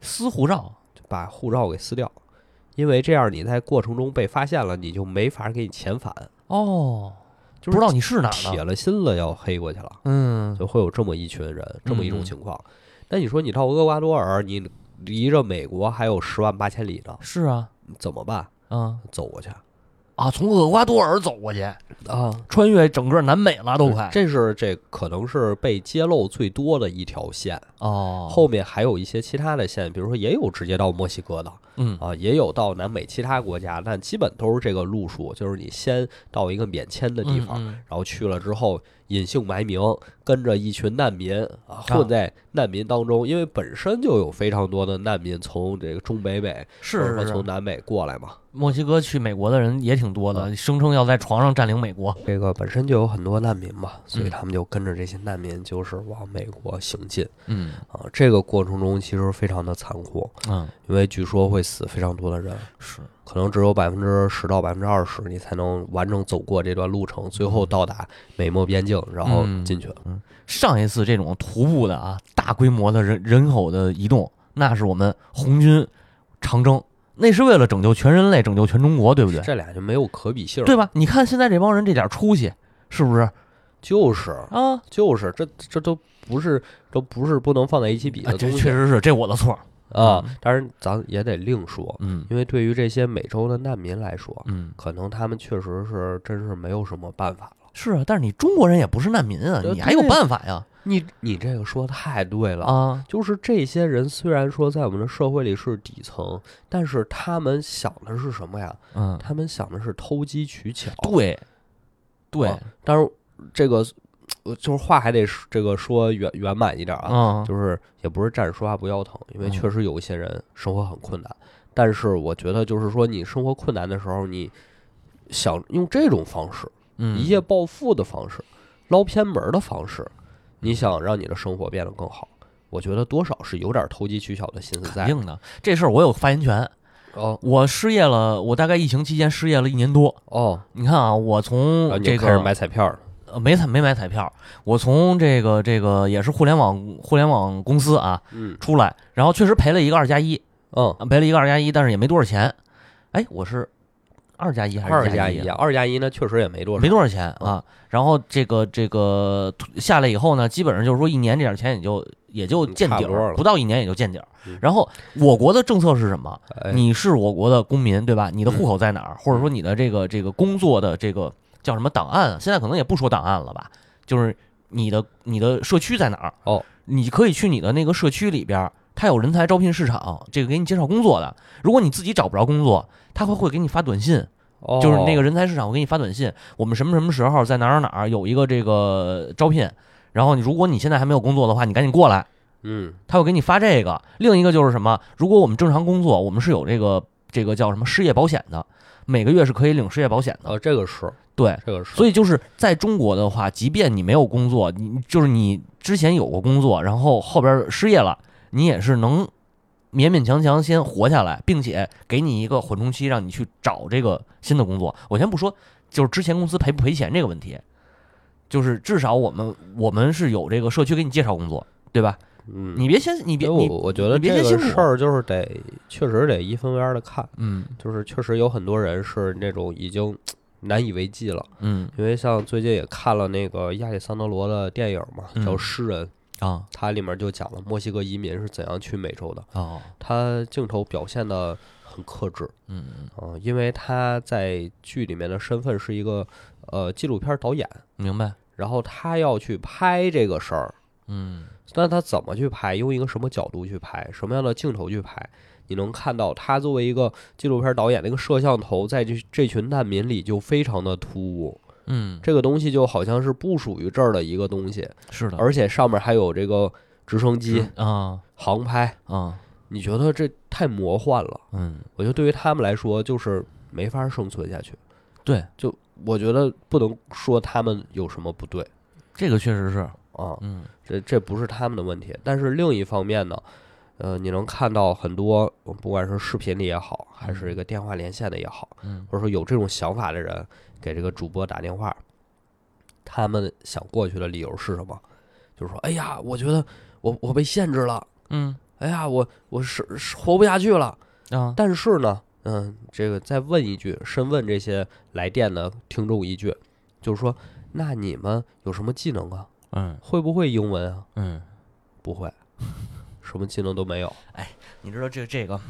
[SPEAKER 1] 撕护照
[SPEAKER 2] 就把护照给撕掉，因为这样你在过程中被发现了，你就没法给你遣返，
[SPEAKER 1] 哦，
[SPEAKER 2] 就是
[SPEAKER 1] 不知道你是哪儿
[SPEAKER 2] 铁
[SPEAKER 1] 的，
[SPEAKER 2] 了心了要黑过去了。
[SPEAKER 1] 嗯
[SPEAKER 2] 就会有这么一群人，这么一
[SPEAKER 1] 嗯
[SPEAKER 2] 种情况。那你说你到厄瓜多尔，你离着美国还有十万八千里呢，
[SPEAKER 1] 是啊，
[SPEAKER 2] 怎么办？
[SPEAKER 1] 嗯
[SPEAKER 2] 走过去
[SPEAKER 1] 啊，从厄瓜多尔走过去，
[SPEAKER 2] 啊，
[SPEAKER 1] 穿越整个南美了都快
[SPEAKER 2] 这是这可能是被揭露最多的一条线，
[SPEAKER 1] 哦，
[SPEAKER 2] 后面还有一些其他的线，比如说也有直接到墨西哥的
[SPEAKER 1] 嗯
[SPEAKER 2] 啊，也有到南美其他国家，但基本都是这个路数，就是你先到一个免签的地方，
[SPEAKER 1] 嗯
[SPEAKER 2] 然后去了之后隐姓埋名，跟着一群难民啊
[SPEAKER 1] 啊
[SPEAKER 2] 混在难民当中，因为本身就有非常多的难民从这个中北美
[SPEAKER 1] 嗯
[SPEAKER 2] 或
[SPEAKER 1] 是
[SPEAKER 2] 者说
[SPEAKER 1] 是
[SPEAKER 2] 从
[SPEAKER 1] 是，
[SPEAKER 2] 南美过来嘛，
[SPEAKER 1] 墨西哥去美国的人也挺多的，
[SPEAKER 2] 嗯
[SPEAKER 1] 声称要在床上占领美国，
[SPEAKER 2] 这个本身就有很多难民嘛，所以
[SPEAKER 1] 嗯
[SPEAKER 2] 他们就跟着这些难民就是往美国行进
[SPEAKER 1] 嗯
[SPEAKER 2] 啊。这个过程中其实非常的残酷，
[SPEAKER 1] 嗯
[SPEAKER 2] 因为据说会死非常多的人，
[SPEAKER 1] 是，
[SPEAKER 2] 可能只有百分之十到百分之二十你才能完整走过这段路程，最后到达美墨边境，然后
[SPEAKER 1] 嗯
[SPEAKER 2] 进去。
[SPEAKER 1] 上一次这种徒步的啊，大规模的人人口的移动，那是我们红军长征，那是为了拯救全人类，拯救全中国，对不对？
[SPEAKER 2] 这俩就没有可比性，
[SPEAKER 1] 对吧？你看现在这帮人这点出息，是不是
[SPEAKER 2] 就是
[SPEAKER 1] 啊？
[SPEAKER 2] 就是这这都不是都不是不能放在一起比
[SPEAKER 1] 啊
[SPEAKER 2] 的
[SPEAKER 1] 这
[SPEAKER 2] 东西
[SPEAKER 1] 确实是，这我的错。
[SPEAKER 2] 啊。当然，咱也得另说，
[SPEAKER 1] 嗯
[SPEAKER 2] 因为对于这些美洲的难民来说，
[SPEAKER 1] 嗯，
[SPEAKER 2] 可能他们确实是真是没有什么办法了。
[SPEAKER 1] 是啊，但是你中国人也不是难民啊，
[SPEAKER 2] 呃
[SPEAKER 1] 你还有
[SPEAKER 2] 对
[SPEAKER 1] 办法呀？
[SPEAKER 2] 你你这个说太对了。
[SPEAKER 1] 啊，
[SPEAKER 2] 就是这些人虽然说在我们的社会里是底层，但是他们想的是什么呀？
[SPEAKER 1] 嗯，
[SPEAKER 2] 他们想的是偷鸡取巧。
[SPEAKER 1] 对对
[SPEAKER 2] 啊，当然这个呃就是话还得是这个说圆圆满一点啊。
[SPEAKER 1] 啊，
[SPEAKER 2] 就是也不是站着说话不腰疼，因为
[SPEAKER 1] 嗯
[SPEAKER 2] 确实有一些人生活很困难，但是我觉得就是说你生活困难的时候，你想用这种方式，
[SPEAKER 1] 嗯
[SPEAKER 2] 一夜暴富的方式，捞偏门儿的方式，你想让你的生活变得更好，我觉得多少是有点投机取巧的心思
[SPEAKER 1] 肯
[SPEAKER 2] 在。
[SPEAKER 1] 定的，这事儿我有发言权。
[SPEAKER 2] 哦
[SPEAKER 1] 我失业了，我大概疫情期间失业了一年多。
[SPEAKER 2] 哦，
[SPEAKER 1] 你看啊，我
[SPEAKER 2] 然后
[SPEAKER 1] 从
[SPEAKER 2] 你
[SPEAKER 1] 这
[SPEAKER 2] 就
[SPEAKER 1] 个
[SPEAKER 2] 开始买彩票了。
[SPEAKER 1] 呃，没彩没买彩票，我从这个这个也是互联网互联网公司啊
[SPEAKER 2] 嗯
[SPEAKER 1] 出来，然后确实赔了一个二加一，
[SPEAKER 2] 嗯，
[SPEAKER 1] 啊赔了一个二加一，但是也没多少钱。哎，我是二加一还是
[SPEAKER 2] 二
[SPEAKER 1] 加
[SPEAKER 2] 加一啊，嗯二加一呢确实也没多
[SPEAKER 1] 没
[SPEAKER 2] 少。
[SPEAKER 1] 多少钱啊。然后这个这个下来以后呢，基本上就是说一年这点钱也就也就
[SPEAKER 2] 嗯
[SPEAKER 1] 见
[SPEAKER 2] 差
[SPEAKER 1] 底
[SPEAKER 2] 不多
[SPEAKER 1] 儿，
[SPEAKER 2] 了
[SPEAKER 1] 不到一年也就见底儿
[SPEAKER 2] 嗯。
[SPEAKER 1] 然后我国的政策是什么？
[SPEAKER 2] 哎嗯
[SPEAKER 1] 你是我国的公民，对吧？你的户口在哪儿？或者说你的这个这个工作的这个叫什么档案？现在可能也不说档案了吧，就是你的你的社区在哪儿？
[SPEAKER 2] 哦，
[SPEAKER 1] 你可以去你的那个社区里边儿。他有人才招聘市场，这个给你介绍工作的。如果你自己找不着工作，他会会给你发短信，
[SPEAKER 2] 哦，
[SPEAKER 1] 就是那个人才市场，我给你发短信，我们什么什么时候在哪儿哪儿哪儿有一个这个招聘，然后你如果你现在还没有工作的话，你赶紧过来，
[SPEAKER 2] 嗯
[SPEAKER 1] 他会给你发这个。另一个就是什么，如果我们正常工作，我们是有这个这个叫什么失业保险的，每个月是可以领失业保险的。
[SPEAKER 2] 啊，这个是
[SPEAKER 1] 对，
[SPEAKER 2] 这个是，
[SPEAKER 1] 所
[SPEAKER 2] 以
[SPEAKER 1] 以就是在中国的话，即便你没有工作，你就是你之前有过工作，然后后边失业了，你也是能勉勉强强先活下来，并且给你一个缓冲期，让你去找这个新的工作。我先不说，就是之前公司赔不赔钱这个问题，就是至少我们我们是有这个社区给你介绍工作，对吧？
[SPEAKER 2] 嗯，
[SPEAKER 1] 你别先，你别
[SPEAKER 2] 因为
[SPEAKER 1] 你
[SPEAKER 2] 我我觉得
[SPEAKER 1] 你别
[SPEAKER 2] 这
[SPEAKER 1] 先
[SPEAKER 2] 个
[SPEAKER 1] 辛苦
[SPEAKER 2] 事儿就是得确实得一分为二的看，
[SPEAKER 1] 嗯
[SPEAKER 2] 就是确实有很多人是那种已经难以为继了，
[SPEAKER 1] 嗯
[SPEAKER 2] 因为像最近也看了那个亚里桑德罗的电影嘛，叫
[SPEAKER 1] 嗯
[SPEAKER 2] 《诗人》，
[SPEAKER 1] 啊
[SPEAKER 2] 它里面就讲了墨西哥移民是怎样去美洲的，
[SPEAKER 1] 哦
[SPEAKER 2] 他镜头表现的很克制，
[SPEAKER 1] 嗯嗯
[SPEAKER 2] 嗯、因为他在剧里面的身份是一个呃纪录片导演，
[SPEAKER 1] 明白
[SPEAKER 2] 然后他要去拍这个事儿，
[SPEAKER 1] 嗯
[SPEAKER 2] 那他怎么去拍？用一个什么角度去拍？什么样的镜头去拍？你能看到他作为一个纪录片导演，那个摄像头在这这群难民里就非常的突兀。
[SPEAKER 1] 嗯
[SPEAKER 2] 这个东西就好像是不属于这儿的一个东西，
[SPEAKER 1] 是的
[SPEAKER 2] 而且上面还有这个直升机
[SPEAKER 1] 嗯啊
[SPEAKER 2] 航拍，
[SPEAKER 1] 啊
[SPEAKER 2] 你觉得这太魔幻了？
[SPEAKER 1] 嗯
[SPEAKER 2] 我觉得对于他们来说，就是没法生存下去。
[SPEAKER 1] 对
[SPEAKER 2] 就我觉得不能说他们有什么不对
[SPEAKER 1] 这个确实是
[SPEAKER 2] 啊，
[SPEAKER 1] 嗯
[SPEAKER 2] 这这不是他们的问题。但是另一方面呢，呃，你能看到很多，不管是视频里也好，还是一个电话连线的也好，
[SPEAKER 1] 嗯
[SPEAKER 2] 或者说有这种想法的人给这个主播打电话，他们想过去的理由是什么？就是说，哎呀，我觉得我我被限制了，
[SPEAKER 1] 嗯
[SPEAKER 2] 哎呀，我我是是活不下去了。
[SPEAKER 1] 啊
[SPEAKER 2] 但是呢，嗯，这个再问一句，深问这些来电的听众一句，就是说，那你们有什么技能啊？
[SPEAKER 1] 嗯
[SPEAKER 2] 会不会英文啊？
[SPEAKER 1] 嗯，
[SPEAKER 2] 不会， 什么技能都没有
[SPEAKER 1] 你知道这这个，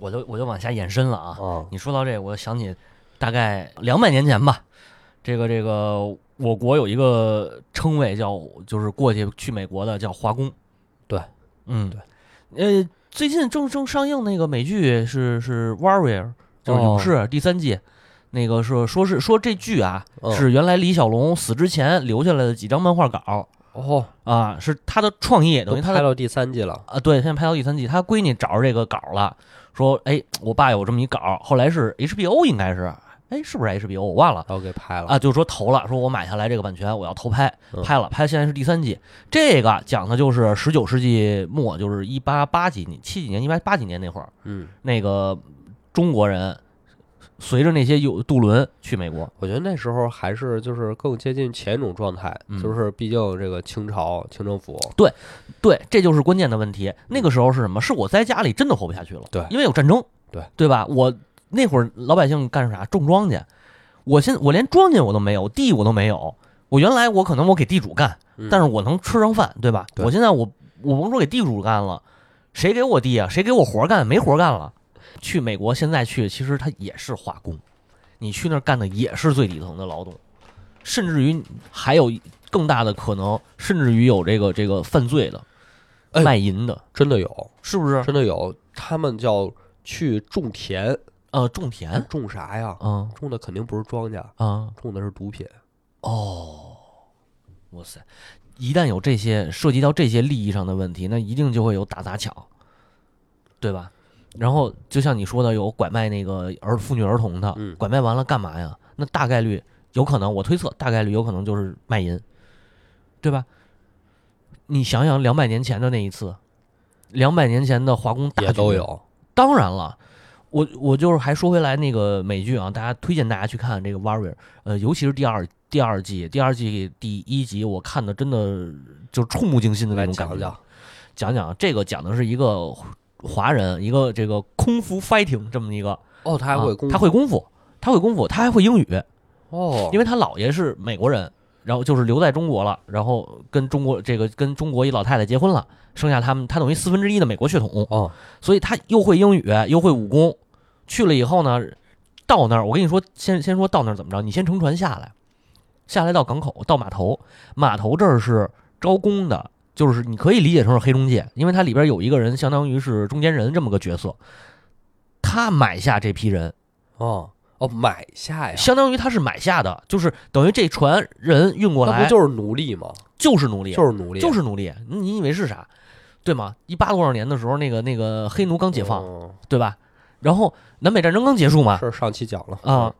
[SPEAKER 1] 我就我就往下延伸了啊。
[SPEAKER 2] 啊。
[SPEAKER 1] 你说到这个，我就想起大概两百年前吧，这个这个我国有一个称谓叫，就是过去去美国的叫华工。
[SPEAKER 2] 对，
[SPEAKER 1] 嗯，
[SPEAKER 2] 对，
[SPEAKER 1] 呃，最近正正上映那个美剧是是《Warrior》，就是勇士、
[SPEAKER 2] 哦
[SPEAKER 1] 第三季。那个说说是说这剧啊，
[SPEAKER 2] 嗯
[SPEAKER 1] 是原来李小龙死之前留下来的几张漫画稿
[SPEAKER 2] 哦，
[SPEAKER 1] 啊，是他的创意，
[SPEAKER 2] 都
[SPEAKER 1] 等于他
[SPEAKER 2] 拍
[SPEAKER 1] 的
[SPEAKER 2] 到第三季了。
[SPEAKER 1] 啊，对，现在拍到第三季，他闺女找着这个稿了，说，哎，我爸有这么一稿，后来是 HBO 应该是，哎，是不是 HBO 我忘了
[SPEAKER 2] 然后给拍了
[SPEAKER 1] 啊，就说投了，说我买下来这个版权，我要投拍，
[SPEAKER 2] 嗯
[SPEAKER 1] 拍了，拍现在是第三季，这个讲的就是十九世纪末，就是一八八几年、七几年、一八八几年那会儿，
[SPEAKER 2] 嗯，
[SPEAKER 1] 那个中国人随着那些有渡轮去美国，
[SPEAKER 2] 我觉得那时候还是就是更接近前一种状态，
[SPEAKER 1] 嗯
[SPEAKER 2] 就是毕竟这个清朝清政府，
[SPEAKER 1] 对，这就是关键的问题。那个时候是什么？是我在家里真的活不下去了，
[SPEAKER 2] 对
[SPEAKER 1] 因为有战争，
[SPEAKER 2] 对
[SPEAKER 1] 对吧？我那会儿老百姓干啥？种庄稼，我现我连庄稼我都没有，地我都没有。我原来我可能我给地主干，
[SPEAKER 2] 嗯
[SPEAKER 1] 但是我能吃上饭，对吧？
[SPEAKER 2] 对
[SPEAKER 1] 我现在我我甭说给地主干了，谁给我地啊？谁给我活干？没活干了。去美国现在去，其实他也是化工，你去那儿干的也是最底层的劳动，甚至于还有更大的可能，甚至于有这个这个犯罪的、
[SPEAKER 2] 哎
[SPEAKER 1] 卖淫的，
[SPEAKER 2] 真的有，
[SPEAKER 1] 是不是？
[SPEAKER 2] 真的有，他们叫去种田，
[SPEAKER 1] 呃，种田，
[SPEAKER 2] 种啥呀？
[SPEAKER 1] 嗯
[SPEAKER 2] 种的肯定不是庄稼，
[SPEAKER 1] 啊，
[SPEAKER 2] 种的是毒品。
[SPEAKER 1] 哦，哇塞！一旦有这些涉及到这些利益上的问题，那一定就会有打砸抢，对吧？然后就像你说的，有拐卖那个儿妇女儿童的，
[SPEAKER 2] 嗯
[SPEAKER 1] 拐卖完了干嘛呀？那大概率有可能，我推测大概率有可能就是卖淫，对吧？你想想两百年前的那一次，两百年前的华工大
[SPEAKER 2] 也都
[SPEAKER 1] 举
[SPEAKER 2] 有。
[SPEAKER 1] 当然了，我我就是还说回来那个美剧啊，大家推荐大家去看这个《Warrior》，呃，尤其是第二第二季，第二季第一集我看的真的就触目惊心的那
[SPEAKER 2] 来
[SPEAKER 1] 种感
[SPEAKER 2] 讲
[SPEAKER 1] 觉。
[SPEAKER 2] 讲，
[SPEAKER 1] 讲讲这个讲的是一个华人，一个这个空服 fighting 这么一个，
[SPEAKER 2] 哦，他还会功，
[SPEAKER 1] 啊他会功夫，他会功夫，他还会英语，
[SPEAKER 2] 哦，
[SPEAKER 1] 因
[SPEAKER 2] 为
[SPEAKER 1] 为他姥爷是美国人，然后就是留在中国了，然后跟中国这个跟中国一老太太结婚了，生下他们，他等于四分之一的美国血统。
[SPEAKER 2] 哦，
[SPEAKER 1] 所以他又会英语，又会武功。去了以后呢，到那儿我跟你说，先先说到那儿怎么着？你先乘船下来，下来到港口，到码头，码头这儿是招工的，就是你可以理解成是黑中介，因为它里边有一个人相当于是中间人这么个角色，他买下这批人，
[SPEAKER 2] 哦，哦，买下呀，
[SPEAKER 1] 相当于他是买下的，就是等于这船人运过
[SPEAKER 2] 那
[SPEAKER 1] 来
[SPEAKER 2] 不就是奴隶吗？
[SPEAKER 1] 就是奴隶，
[SPEAKER 2] 就是奴隶，
[SPEAKER 1] 就是奴隶，你以为是啥？对吗？一八多少年的时候，那个那个黑奴刚解放，
[SPEAKER 2] 嗯
[SPEAKER 1] 对吧？然后南北战争刚结束嘛，
[SPEAKER 2] 是上期讲了
[SPEAKER 1] 啊，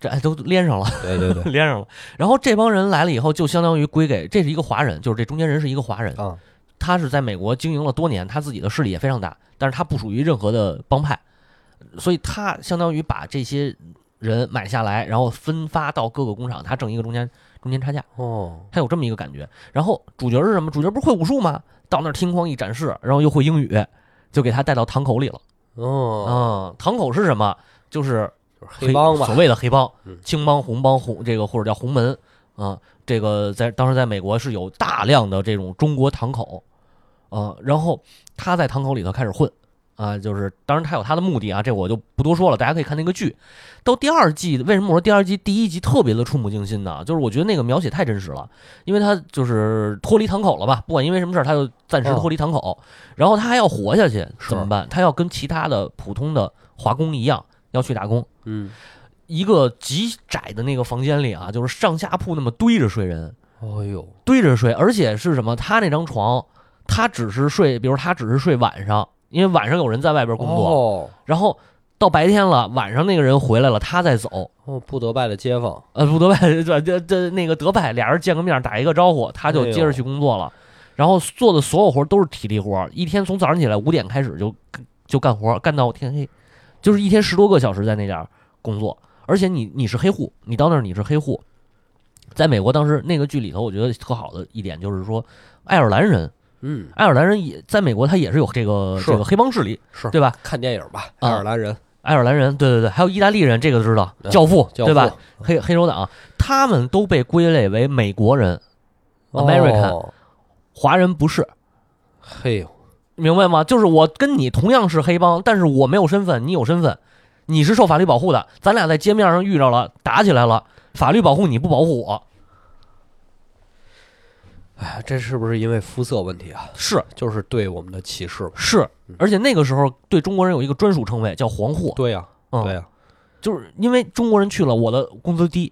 [SPEAKER 1] 这哎都连上了，
[SPEAKER 2] 对对对，
[SPEAKER 1] 连上了。然后这帮人来了以后，就相当于归给这是一个华人，就是这中间人是一个华人，
[SPEAKER 2] 啊，
[SPEAKER 1] 他是在美国经营了多年，他自己的势力也非常大，但是他不属于任何的帮派，所以他相当于把这些人买下来，然后分发到各个工厂，他挣一个中间中间差价，
[SPEAKER 2] 哦，
[SPEAKER 1] 他有这么一个感觉。然后主角是什么？主角不是会武术吗？到那儿听框一展示，然后又会英语，就给他带到堂口里了。
[SPEAKER 2] 哦，
[SPEAKER 1] 嗯，堂口是什么？就是
[SPEAKER 2] 就是黑帮吧
[SPEAKER 1] 所，谓的黑帮
[SPEAKER 2] 嗯、
[SPEAKER 1] 青帮、红帮、红这个或者叫红门啊，这个在当时在美国是有大量的这种中国堂口啊，然后他在堂口里头开始混啊，就是当然他有他的目的啊，这我就不多说了，大家可以看那个剧。到第二季，为什么我说第二季第一集特别的触目惊心呢？就是我觉得那个描写太真实了，因为他就是脱离堂口了吧，不管因为什么事儿，他就暂时脱离堂口，然后他还要活下去，
[SPEAKER 2] 嗯是
[SPEAKER 1] 怎么办？他要跟其他的普通的华工一样，要去打工。
[SPEAKER 2] 嗯，
[SPEAKER 1] 一个极窄的那个房间里啊，就是上下铺那么堆着睡人，
[SPEAKER 2] 哦呦，
[SPEAKER 1] 堆着睡，而且是什么？他那张床，他只是睡，比如他只是睡晚上，因为晚上有人在外边工作，
[SPEAKER 2] 哦，
[SPEAKER 1] 然后到白天了，晚上那个人回来了，他再走。
[SPEAKER 2] 哦，不得拜的街坊，
[SPEAKER 1] 呃，不德拜，这这这那个德拜，俩人见个面，打一个招呼，他
[SPEAKER 2] 哎
[SPEAKER 1] 就接着去工作了。然后做的所有活都是体力活，一天从早上起来五点开始就就干活，干到天黑，就是一天十多个小时在那点儿工作。而且你你是黑户，你到那儿你是黑户。在美国当时那个剧里头，我觉得特好的一点就是说，爱尔兰人，
[SPEAKER 2] 嗯，
[SPEAKER 1] 爱尔兰人也在美国，他也是有这个
[SPEAKER 2] 是
[SPEAKER 1] 这个黑帮势力，
[SPEAKER 2] 是
[SPEAKER 1] 对吧？
[SPEAKER 2] 看电影吧，爱
[SPEAKER 1] 啊
[SPEAKER 2] 尔兰人，
[SPEAKER 1] 爱尔兰人，对对对，还有意大利人，这个知道，
[SPEAKER 2] 嗯
[SPEAKER 1] 教父，
[SPEAKER 2] 教
[SPEAKER 1] 对吧
[SPEAKER 2] 父？
[SPEAKER 1] 黑黑手党，他们都被归类为美国人，American
[SPEAKER 2] 哦
[SPEAKER 1] 华人不是，
[SPEAKER 2] 嘿呦，
[SPEAKER 1] 明白吗？就是我跟你同样是黑帮，但是我没有身份，你有身份，你是受法律保护的。咱俩在街面上遇着了，打起来了，法律保护你不保护我，
[SPEAKER 2] 哎，这是不是因为肤色问题啊？
[SPEAKER 1] 是
[SPEAKER 2] 就是对我们的歧视嘛？
[SPEAKER 1] 是。而且那个时候对中国人有一个专属称谓叫“黄祸
[SPEAKER 2] 对呀，”，
[SPEAKER 1] 嗯，
[SPEAKER 2] 对呀，
[SPEAKER 1] 就是因为中国人去了，我的工资低，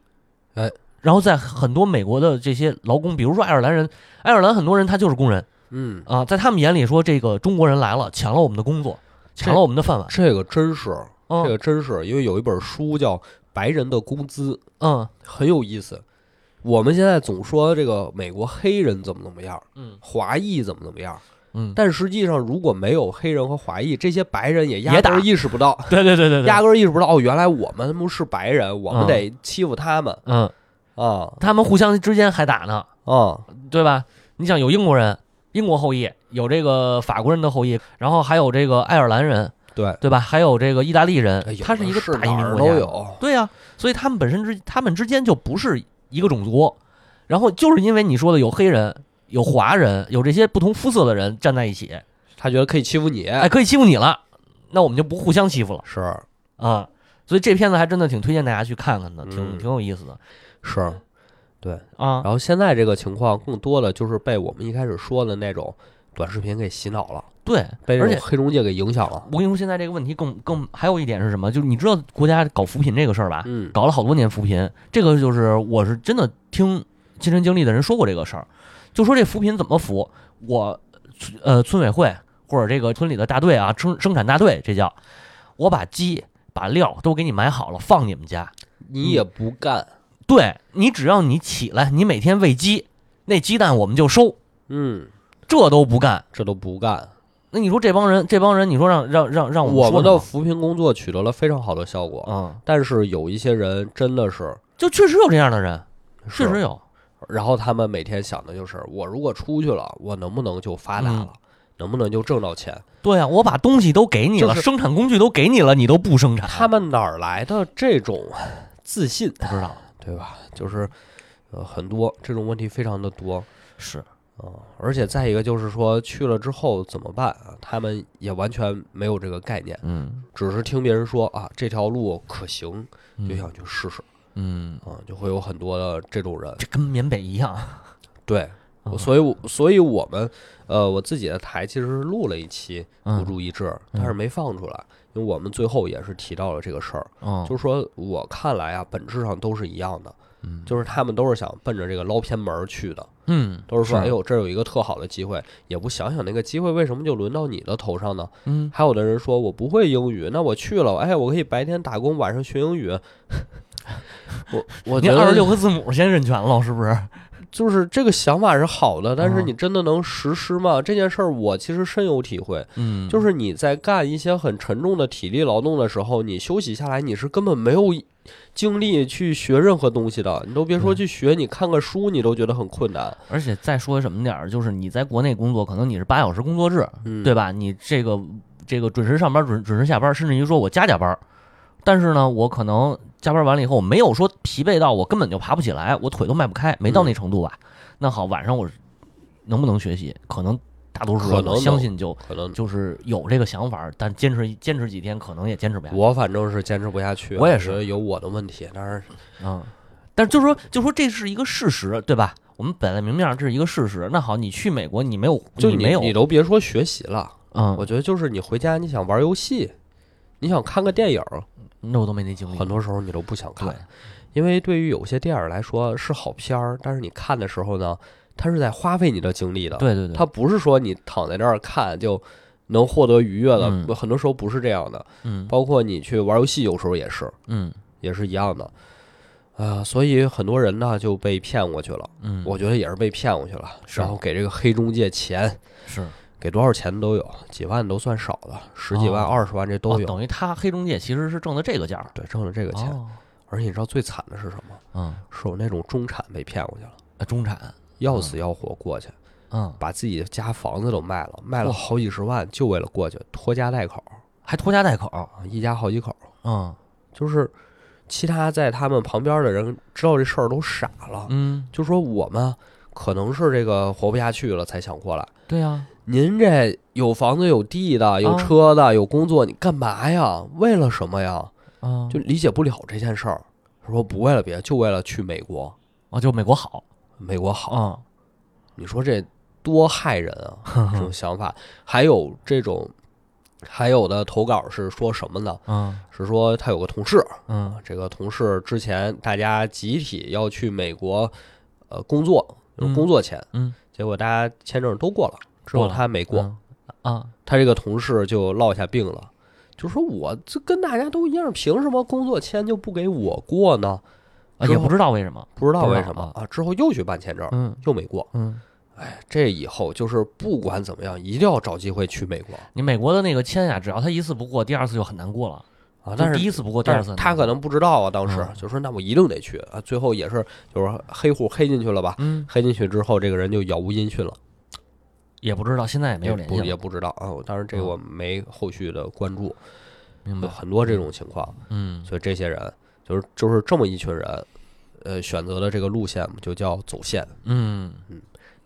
[SPEAKER 2] 哎，
[SPEAKER 1] 然后在很多美国的这些劳工，比如说爱尔兰人，爱尔兰很多人他就是工人
[SPEAKER 2] 嗯，
[SPEAKER 1] 啊，在他们眼里说这个中国人来了，抢了我们的工作，抢了我们的饭碗，
[SPEAKER 2] 这个真是，这
[SPEAKER 1] 嗯
[SPEAKER 2] 个真是，因为有一本书叫《白人的工资》，
[SPEAKER 1] 嗯
[SPEAKER 2] 很有意思。我们现在总说这个美国黑人怎么怎么样，
[SPEAKER 1] 嗯
[SPEAKER 2] 华裔怎么怎么样，
[SPEAKER 1] 嗯，
[SPEAKER 2] 但实际上如果没有黑人和华裔，这些白人也压
[SPEAKER 1] 也
[SPEAKER 2] 根
[SPEAKER 1] 打
[SPEAKER 2] 儿意识不到，
[SPEAKER 1] 对对对 对
[SPEAKER 2] 压
[SPEAKER 1] 对，
[SPEAKER 2] 根儿意识不到哦，原来我们不是白人，我
[SPEAKER 1] 嗯
[SPEAKER 2] 们得欺负他们
[SPEAKER 1] 嗯，
[SPEAKER 2] 啊
[SPEAKER 1] 他们互相之间还打呢，
[SPEAKER 2] 啊！
[SPEAKER 1] 对吧？你想有英国人，英国后裔，有这个法国人的后裔，然后还有这个爱尔兰人，
[SPEAKER 2] 对，
[SPEAKER 1] 对吧？还有这个意大利人
[SPEAKER 2] 哎，呦
[SPEAKER 1] 他是一个
[SPEAKER 2] 是
[SPEAKER 1] 大移
[SPEAKER 2] 哪
[SPEAKER 1] 民
[SPEAKER 2] 儿
[SPEAKER 1] 国
[SPEAKER 2] 都
[SPEAKER 1] 家，
[SPEAKER 2] 有，
[SPEAKER 1] 对呀、所以他们本身之他们之间就不是一个种族，然后就是因为你说的有黑人、有华人、有这些不同肤色的人站在一
[SPEAKER 2] 哎
[SPEAKER 1] 起，
[SPEAKER 2] 他觉得可以欺负你，
[SPEAKER 1] 哎，可以欺负你了，那我们就不互相欺负了
[SPEAKER 2] 是
[SPEAKER 1] 啊。所以这片子还真的挺推荐大家去看看的，挺
[SPEAKER 2] 嗯
[SPEAKER 1] 挺有意思的
[SPEAKER 2] 是，对。
[SPEAKER 1] 啊。
[SPEAKER 2] 然后现在这个情况更多的就是被我们一开始说的那种短视频给洗脑了，
[SPEAKER 1] 对，
[SPEAKER 2] 被这
[SPEAKER 1] 而
[SPEAKER 2] 种
[SPEAKER 1] 且
[SPEAKER 2] 黑中介给影响了。
[SPEAKER 1] 我跟你说，现在这个问题更更还有一点是什么？就是你知道国家搞扶贫这个事儿吧？
[SPEAKER 2] 嗯，
[SPEAKER 1] 搞了好多年扶贫，这个就是我是真的听亲身经历的人说过这个事儿，就说这扶贫怎么扶，我呃村委会或者这个村里的大队啊，生生产大队，这叫我把鸡把料都给你买好了，放你们家，
[SPEAKER 2] 你也不干，
[SPEAKER 1] 对你只要你起来，你每天喂鸡，那鸡蛋我们就收，
[SPEAKER 2] 嗯，
[SPEAKER 1] 这都不干。
[SPEAKER 2] 这都不干。
[SPEAKER 1] 那你说这帮人，这帮人，你说让让让让
[SPEAKER 2] 我
[SPEAKER 1] 们
[SPEAKER 2] 们的
[SPEAKER 1] 说
[SPEAKER 2] 扶贫工作取得了非常好的效果，
[SPEAKER 1] 什么嗯，
[SPEAKER 2] 但是有一些人真的是
[SPEAKER 1] 就确实有这样的人，确实
[SPEAKER 2] 是，
[SPEAKER 1] 有，
[SPEAKER 2] 然后他们每天想的就是，我如果出去了，我能不能就发达
[SPEAKER 1] 嗯
[SPEAKER 2] 了，能不能就挣到钱？
[SPEAKER 1] 对啊，我把东西都给你了，
[SPEAKER 2] 就是
[SPEAKER 1] 生产工具都给你了，你都不生产，
[SPEAKER 2] 他们哪儿来的这种 自信，
[SPEAKER 1] 不知道。
[SPEAKER 2] 对吧？就是呃，很多这种问题非常的多。
[SPEAKER 1] 是，
[SPEAKER 2] 啊，而且再一个就是说，去了之后怎么办啊？他们也完全没有这个概念，
[SPEAKER 1] 嗯，
[SPEAKER 2] 只是听别人说啊，这条路可行，就
[SPEAKER 1] 嗯，
[SPEAKER 2] 想去试试
[SPEAKER 1] 嗯，
[SPEAKER 2] 啊，就会有很多的这种人。
[SPEAKER 1] 这跟缅北一样，
[SPEAKER 2] 对，
[SPEAKER 1] 嗯
[SPEAKER 2] 所以我所以我们呃我自己的台其实是录了一期孤
[SPEAKER 1] 嗯
[SPEAKER 2] 注一掷，但是没放出来，因为我们最后也是提到了这个事儿，
[SPEAKER 1] 嗯，
[SPEAKER 2] 就是说我看来啊，本质上都是一样的，
[SPEAKER 1] 嗯
[SPEAKER 2] 就是他们都是想奔着这个捞偏门儿去的，
[SPEAKER 1] 嗯，
[SPEAKER 2] 都是说哎呦这儿有一个特好的机会，也不想想那个机会为什么就轮到你的头上呢？
[SPEAKER 1] 嗯，
[SPEAKER 2] 还有的人说我不会英语，那我去了，哎，我可以白天打工，晚上学英语。 我我
[SPEAKER 1] 您
[SPEAKER 2] 觉
[SPEAKER 1] 二十
[SPEAKER 2] 得
[SPEAKER 1] 六个字母先认全了，是不是？
[SPEAKER 2] 就是这个想法是好的，但是
[SPEAKER 1] 嗯
[SPEAKER 2] 你真的能实施吗？这件事儿我其实深有体会，
[SPEAKER 1] 嗯，
[SPEAKER 2] 就是你在干一些很沉重的体力劳动的时候，你休息下来你是根本没有精力去学任何东西的，你都别说去学，你看个书你都觉得很困难。
[SPEAKER 1] 而且再说什么点儿，就是你在国内工作，可能你是八小时工作制，
[SPEAKER 2] 嗯，
[SPEAKER 1] 对吧？你这个这个准时上班、准准时下班，甚至于说我加加班儿，但是呢，我可能加班完了以后，我没有说疲惫到我根本就爬不起来，我腿都迈不开，
[SPEAKER 2] 嗯
[SPEAKER 1] 没到那程度吧？那好，晚上我能不能学习？可能大多数
[SPEAKER 2] 可
[SPEAKER 1] 人
[SPEAKER 2] 能嗯
[SPEAKER 1] 我相
[SPEAKER 2] 能
[SPEAKER 1] 信就
[SPEAKER 2] 可能
[SPEAKER 1] 就是有这个想法儿，但坚持坚持几天，可能也坚持不下去。
[SPEAKER 2] 我反正是坚持不下去，
[SPEAKER 1] 我也是
[SPEAKER 2] 觉得有我的问题，但是
[SPEAKER 1] 嗯，但是就说就说这是一个事实，对吧？我们摆在明面上，这是一个事实。那好，你去美国，你没有，
[SPEAKER 2] 就
[SPEAKER 1] 没有，
[SPEAKER 2] 你都别说学习了。我
[SPEAKER 1] 嗯，
[SPEAKER 2] 觉得就是你回家你想玩游戏，你想看个电影儿，
[SPEAKER 1] 那我都没那经历。
[SPEAKER 2] 很多时候你都不想
[SPEAKER 1] 嗯对
[SPEAKER 2] 看，因为对于有些电影来说是好片儿，但是你看的时候呢，它是在花费你的精力的，
[SPEAKER 1] 对对对，
[SPEAKER 2] 它不是说你躺在那儿看就能获得愉悦的，
[SPEAKER 1] 嗯
[SPEAKER 2] 很多时候不是这样的，
[SPEAKER 1] 嗯
[SPEAKER 2] 包括你去玩游戏，有时候也是
[SPEAKER 1] 嗯
[SPEAKER 2] 也是一样的。啊、所以很多人呢就被骗过去了，
[SPEAKER 1] 嗯，
[SPEAKER 2] 我觉得也是被骗过去了，
[SPEAKER 1] 是
[SPEAKER 2] 然后给这个黑中介钱，
[SPEAKER 1] 是
[SPEAKER 2] 给多少钱都有，几万都算少的，十几万、
[SPEAKER 1] 哦
[SPEAKER 2] 二十万这都
[SPEAKER 1] 哦
[SPEAKER 2] 有。
[SPEAKER 1] 等于他黑中介其实是挣的这个价儿。
[SPEAKER 2] 对，挣了这个钱。
[SPEAKER 1] 哦，
[SPEAKER 2] 而且你知道最惨的是什么？
[SPEAKER 1] 嗯，
[SPEAKER 2] 是有那种中产被骗过去了，
[SPEAKER 1] 呃中产，
[SPEAKER 2] 要死要活过去，
[SPEAKER 1] 嗯，
[SPEAKER 2] 把自己家房子都卖了，卖
[SPEAKER 1] 哇
[SPEAKER 2] 了好几十万，就为了过去，拖家带口
[SPEAKER 1] 还拖家带口，
[SPEAKER 2] 啊，一家好几口。
[SPEAKER 1] 嗯
[SPEAKER 2] 就是其他在他们旁边的人知道这事儿都傻了，
[SPEAKER 1] 嗯，
[SPEAKER 2] 就说我们可能是这个活不下去了才想过来。
[SPEAKER 1] 对呀，
[SPEAKER 2] 您这有房子有地的，有
[SPEAKER 1] 啊
[SPEAKER 2] 车的，有工作，你干嘛呀？为了什么呀？
[SPEAKER 1] 啊，
[SPEAKER 2] 就理解不了这件事儿。他说不为了别的，就为了去美国，
[SPEAKER 1] 哦就美国好，
[SPEAKER 2] 美国好。
[SPEAKER 1] 嗯
[SPEAKER 2] 你说这多害人啊！这种想法，还有这种，还有的投稿是说什么呢？
[SPEAKER 1] 嗯
[SPEAKER 2] 是说他有个同事，
[SPEAKER 1] 嗯
[SPEAKER 2] 啊这个同事之前大家集体要去美国，呃，工作，就是
[SPEAKER 1] 嗯
[SPEAKER 2] 工作签，
[SPEAKER 1] 嗯，
[SPEAKER 2] 结果大家签证都过了，只
[SPEAKER 1] 过
[SPEAKER 2] 有
[SPEAKER 1] 了
[SPEAKER 2] 他没过，
[SPEAKER 1] 嗯啊，
[SPEAKER 2] 他这个同事就落下病了。就说我这跟大家都一样，凭什么工作签就不给我过呢？
[SPEAKER 1] 啊
[SPEAKER 2] 之
[SPEAKER 1] 也
[SPEAKER 2] 后
[SPEAKER 1] 不知道为什么，
[SPEAKER 2] 不知道
[SPEAKER 1] 不知
[SPEAKER 2] 为
[SPEAKER 1] 道
[SPEAKER 2] 什么
[SPEAKER 1] 啊
[SPEAKER 2] 啊？之后又去办签证，
[SPEAKER 1] 嗯
[SPEAKER 2] 又没过。
[SPEAKER 1] 嗯，
[SPEAKER 2] 哎，这以后就是不管怎么样，一定要找机会去美国
[SPEAKER 1] 你美国的那个签呀，只要他一次不过，第二次就很难过了，
[SPEAKER 2] 啊。
[SPEAKER 1] 就
[SPEAKER 2] 但
[SPEAKER 1] 第一
[SPEAKER 2] 是，
[SPEAKER 1] 次不过，第二
[SPEAKER 2] 但
[SPEAKER 1] 次
[SPEAKER 2] 是
[SPEAKER 1] 很
[SPEAKER 2] 他
[SPEAKER 1] 难
[SPEAKER 2] 可
[SPEAKER 1] 过
[SPEAKER 2] 能不知道啊，当时
[SPEAKER 1] 嗯
[SPEAKER 2] 就说那我一定得去啊。最后也是就是黑户黑进去了吧，
[SPEAKER 1] 嗯
[SPEAKER 2] 黑进去之后，这个人就杳无音讯了，
[SPEAKER 1] 也不知道，现在也没有联
[SPEAKER 2] 不
[SPEAKER 1] 系
[SPEAKER 2] 也
[SPEAKER 1] 了，嗯
[SPEAKER 2] 不知道啊。当然，这个我没后续的关注，
[SPEAKER 1] 明
[SPEAKER 2] 有
[SPEAKER 1] 白？
[SPEAKER 2] 很多这种情况。
[SPEAKER 1] 嗯
[SPEAKER 2] 所以这些人就是就是这么一群人，呃，选择的这个路线嘛就叫走线。
[SPEAKER 1] 嗯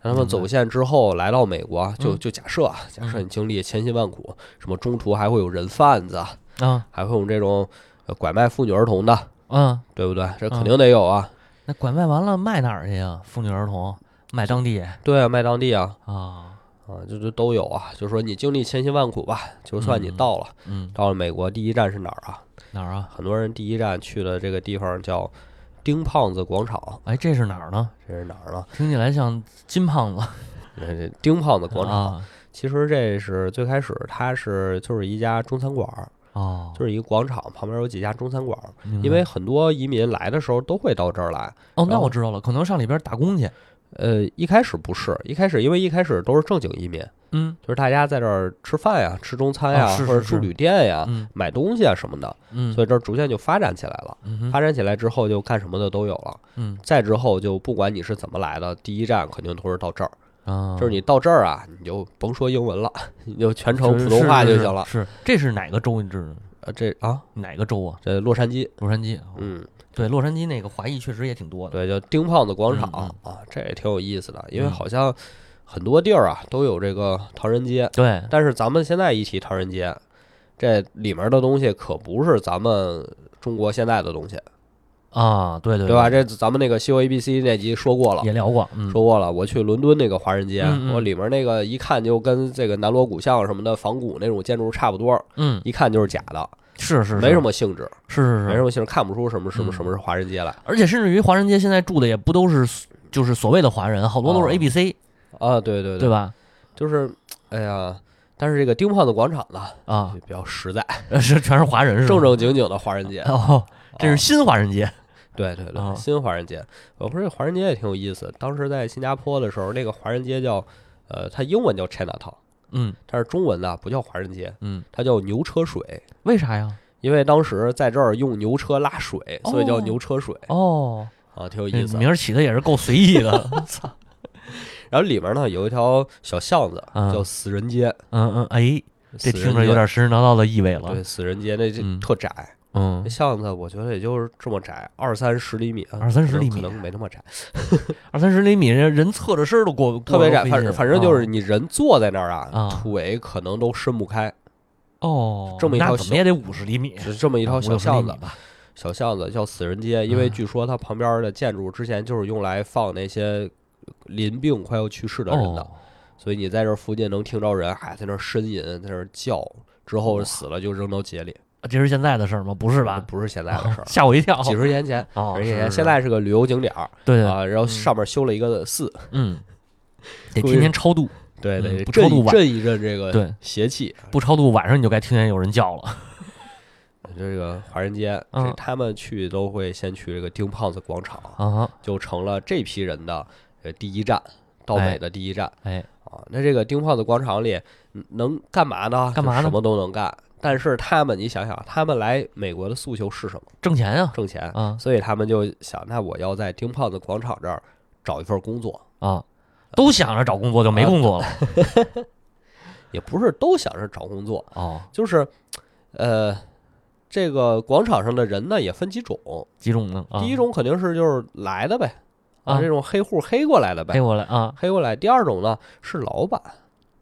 [SPEAKER 2] 他们
[SPEAKER 1] 明白
[SPEAKER 2] 走线之后来到美国，就
[SPEAKER 1] 嗯
[SPEAKER 2] 就假设啊，假设
[SPEAKER 1] 嗯
[SPEAKER 2] 你经历千辛万苦，什么中途还会有人贩子啊，
[SPEAKER 1] 啊
[SPEAKER 2] 还会有这种呃拐卖妇女儿童的，
[SPEAKER 1] 嗯，
[SPEAKER 2] 对不对？这
[SPEAKER 1] 嗯
[SPEAKER 2] 肯定得有啊。
[SPEAKER 1] 那拐卖完了卖哪儿去呀？妇女儿童卖当地
[SPEAKER 2] 对啊，卖当地啊，
[SPEAKER 1] 啊，
[SPEAKER 2] 啊，这这都有啊。就说你经历千辛万苦吧，就算你
[SPEAKER 1] 嗯
[SPEAKER 2] 到了，
[SPEAKER 1] 嗯，
[SPEAKER 2] 到了美国，第一站是哪儿啊？
[SPEAKER 1] 哪儿啊？
[SPEAKER 2] 很多人第一站去的这个地方叫丁胖子广场，
[SPEAKER 1] 哎，这是哪儿呢？
[SPEAKER 2] 这是哪儿呢？
[SPEAKER 1] 听起来像金胖子
[SPEAKER 2] 这这丁胖子广场，
[SPEAKER 1] 啊，
[SPEAKER 2] 其实这是最开始它是就是一家中餐馆儿，
[SPEAKER 1] 哦，
[SPEAKER 2] 就是一个广场，旁边有几家中餐馆儿。
[SPEAKER 1] 明白
[SPEAKER 2] 因为很多移民来的时候都会到这儿来，
[SPEAKER 1] 哦，那
[SPEAKER 2] 然后
[SPEAKER 1] 我知道了，可能上里边打工去，
[SPEAKER 2] 呃，一开始不是，一开始因为一开始都是正经移民，
[SPEAKER 1] 嗯
[SPEAKER 2] 就是大家在这儿吃饭呀、吃中餐呀，
[SPEAKER 1] 啊是
[SPEAKER 2] 或者
[SPEAKER 1] 是
[SPEAKER 2] 住
[SPEAKER 1] 是
[SPEAKER 2] 旅店呀、
[SPEAKER 1] 嗯
[SPEAKER 2] 买东西啊什么的，
[SPEAKER 1] 嗯，
[SPEAKER 2] 所以这儿逐渐就发展起来了。
[SPEAKER 1] 嗯哼
[SPEAKER 2] 发展起来之后，就干什么的都有了。
[SPEAKER 1] 嗯
[SPEAKER 2] 再之后，就不管你是怎么来的，第一站肯定都是到这儿。
[SPEAKER 1] 啊，
[SPEAKER 2] 就是你到这儿啊，你就甭说英文了， 你就全程
[SPEAKER 1] 是
[SPEAKER 2] 普通话
[SPEAKER 1] 是
[SPEAKER 2] 就是行了。
[SPEAKER 1] 是，这是哪个州？你知道吗
[SPEAKER 2] 呃，这啊，
[SPEAKER 1] 哪个州啊？
[SPEAKER 2] 这洛杉矶，
[SPEAKER 1] 洛杉矶。哦，
[SPEAKER 2] 嗯，
[SPEAKER 1] 对，洛杉矶那个华裔确实也挺多的。
[SPEAKER 2] 对，叫丁胖子广场
[SPEAKER 1] 嗯
[SPEAKER 2] 啊，这也挺有意思的，因为
[SPEAKER 1] 嗯
[SPEAKER 2] 好像很多地儿啊都有这个唐人街，
[SPEAKER 1] 对，
[SPEAKER 2] 但是咱们现在一提唐人街，这里面的东西可不是咱们中国现在的东西，
[SPEAKER 1] 啊，对对
[SPEAKER 2] 对吧？这咱们那个西游 ABC 那集说过了，
[SPEAKER 1] 也聊过，嗯，
[SPEAKER 2] 说过了。我去伦敦那个华人街，
[SPEAKER 1] 嗯嗯
[SPEAKER 2] 我里面那个一看就跟这个南锣鼓巷什么的仿古那种建筑差不多，
[SPEAKER 1] 嗯，
[SPEAKER 2] 一看就是假的，
[SPEAKER 1] 是是，是
[SPEAKER 2] 没什，么性质，
[SPEAKER 1] 是是
[SPEAKER 2] 没
[SPEAKER 1] 是
[SPEAKER 2] 什，么性质，看不出什么什么
[SPEAKER 1] 嗯
[SPEAKER 2] 什么是华人街来
[SPEAKER 1] 而且甚至于华人街现在住的也不都是就是所谓的华人，好多都
[SPEAKER 2] 啊
[SPEAKER 1] 是 A B C，
[SPEAKER 2] 啊！对对
[SPEAKER 1] 嗯对
[SPEAKER 2] 对，
[SPEAKER 1] 吧？
[SPEAKER 2] 就是，哎呀，但是这个丁胖子广场呢，
[SPEAKER 1] 啊
[SPEAKER 2] 就，比较实在，
[SPEAKER 1] 是全是华人是吧
[SPEAKER 2] 正正经经的华人街。
[SPEAKER 1] 哦，这是
[SPEAKER 2] 啊
[SPEAKER 1] 新华人街
[SPEAKER 2] 对对对，
[SPEAKER 1] 啊
[SPEAKER 2] 新华人街，我说这华人街也挺有意思。当时在新加坡的时候，那个华人街叫，呃，它英文叫 Chinatown，
[SPEAKER 1] 嗯
[SPEAKER 2] 但是中文呢不叫华人街，
[SPEAKER 1] 嗯，
[SPEAKER 2] 它叫牛车水，
[SPEAKER 1] 为啥呀？
[SPEAKER 2] 因为当时在这儿用牛车拉水，所以叫
[SPEAKER 1] 哦
[SPEAKER 2] 牛车水、
[SPEAKER 1] 哦，
[SPEAKER 2] 啊，挺有
[SPEAKER 1] 这
[SPEAKER 2] 意思。
[SPEAKER 1] 名儿起的也是够随 意的，操，
[SPEAKER 2] 然后里面呢有一条小巷子
[SPEAKER 1] 嗯
[SPEAKER 2] 叫死人街，
[SPEAKER 1] 嗯嗯，哎，这
[SPEAKER 2] 死
[SPEAKER 1] 听着
[SPEAKER 2] 人
[SPEAKER 1] 有
[SPEAKER 2] 街
[SPEAKER 1] 点神神叨叨的意味了
[SPEAKER 2] 对，死人街那这
[SPEAKER 1] 嗯
[SPEAKER 2] 特窄，
[SPEAKER 1] 嗯
[SPEAKER 2] 那，巷子我觉得也就是这么窄，二三十厘米，啊
[SPEAKER 1] 二三十厘米
[SPEAKER 2] 可能可能没那么窄，
[SPEAKER 1] 二三十厘米，人人侧着身儿都过，
[SPEAKER 2] 特别窄，反
[SPEAKER 1] 正
[SPEAKER 2] 反正就是你人坐在那儿
[SPEAKER 1] 啊
[SPEAKER 2] 啊，腿可能都伸不开。
[SPEAKER 1] 哦，
[SPEAKER 2] 这么一
[SPEAKER 1] 那
[SPEAKER 2] 条
[SPEAKER 1] 怎
[SPEAKER 2] 小
[SPEAKER 1] 么也得啊五十厘米，
[SPEAKER 2] 是这么一条小巷
[SPEAKER 1] 50厘
[SPEAKER 2] 子
[SPEAKER 1] 米，嗯吧？
[SPEAKER 2] 小巷子叫死人街，因为据说它旁边的建筑之前就是用来放那些临病快要去世的人的，
[SPEAKER 1] 哦，
[SPEAKER 2] 所以你在这附近能听着人哎还在那儿呻吟，在那儿叫，之后死了就扔到街里，
[SPEAKER 1] 这是现在的事儿吗？不是
[SPEAKER 2] 是
[SPEAKER 1] 吧？，
[SPEAKER 2] 不是现在的事儿
[SPEAKER 1] 吓我一跳。
[SPEAKER 2] 几十年前，
[SPEAKER 1] 哦，
[SPEAKER 2] 而
[SPEAKER 1] 是
[SPEAKER 2] 且
[SPEAKER 1] 是
[SPEAKER 2] 现在是个旅游景点儿
[SPEAKER 1] 对对，
[SPEAKER 2] 啊，然后
[SPEAKER 1] 嗯
[SPEAKER 2] 上面修了一个寺，
[SPEAKER 1] 嗯，得
[SPEAKER 2] 注意
[SPEAKER 1] 天天超度，
[SPEAKER 2] 对
[SPEAKER 1] 嗯
[SPEAKER 2] 得
[SPEAKER 1] 不
[SPEAKER 2] 镇
[SPEAKER 1] 超度
[SPEAKER 2] 一
[SPEAKER 1] 晚
[SPEAKER 2] 镇一镇这个
[SPEAKER 1] 对
[SPEAKER 2] 邪气。
[SPEAKER 1] 不超度晚上你就该听见有人叫 了。
[SPEAKER 2] 这个华人街，
[SPEAKER 1] 嗯
[SPEAKER 2] 这他们去都会先去这个丁胖子广场，
[SPEAKER 1] 啊，
[SPEAKER 2] 就成了这批人的呃第一站，到
[SPEAKER 1] 哎
[SPEAKER 2] 北的第一站。
[SPEAKER 1] 哎，
[SPEAKER 2] 啊，那这个丁胖子广场里嗯能干嘛呢？
[SPEAKER 1] 干嘛呢
[SPEAKER 2] 就什么都能干。但是他们，你想想，他们来美国的诉求是什么？
[SPEAKER 1] 挣钱 呀，
[SPEAKER 2] 挣钱。
[SPEAKER 1] 啊
[SPEAKER 2] 所以他们就想，那我要在丁胖子广场这儿找一份工作，
[SPEAKER 1] 啊，都想着找工作就
[SPEAKER 2] 啊
[SPEAKER 1] 没工作了。
[SPEAKER 2] 也不是都想着找工作，
[SPEAKER 1] 哦，
[SPEAKER 2] 就是，呃，这个广场上的人呢也分几种，
[SPEAKER 1] 几种呢？啊
[SPEAKER 2] 第一种肯定是就是来的呗，
[SPEAKER 1] 啊
[SPEAKER 2] 这种黑户黑过来的呗
[SPEAKER 1] 黑，过来啊，
[SPEAKER 2] 黑过来。第二种呢是老板，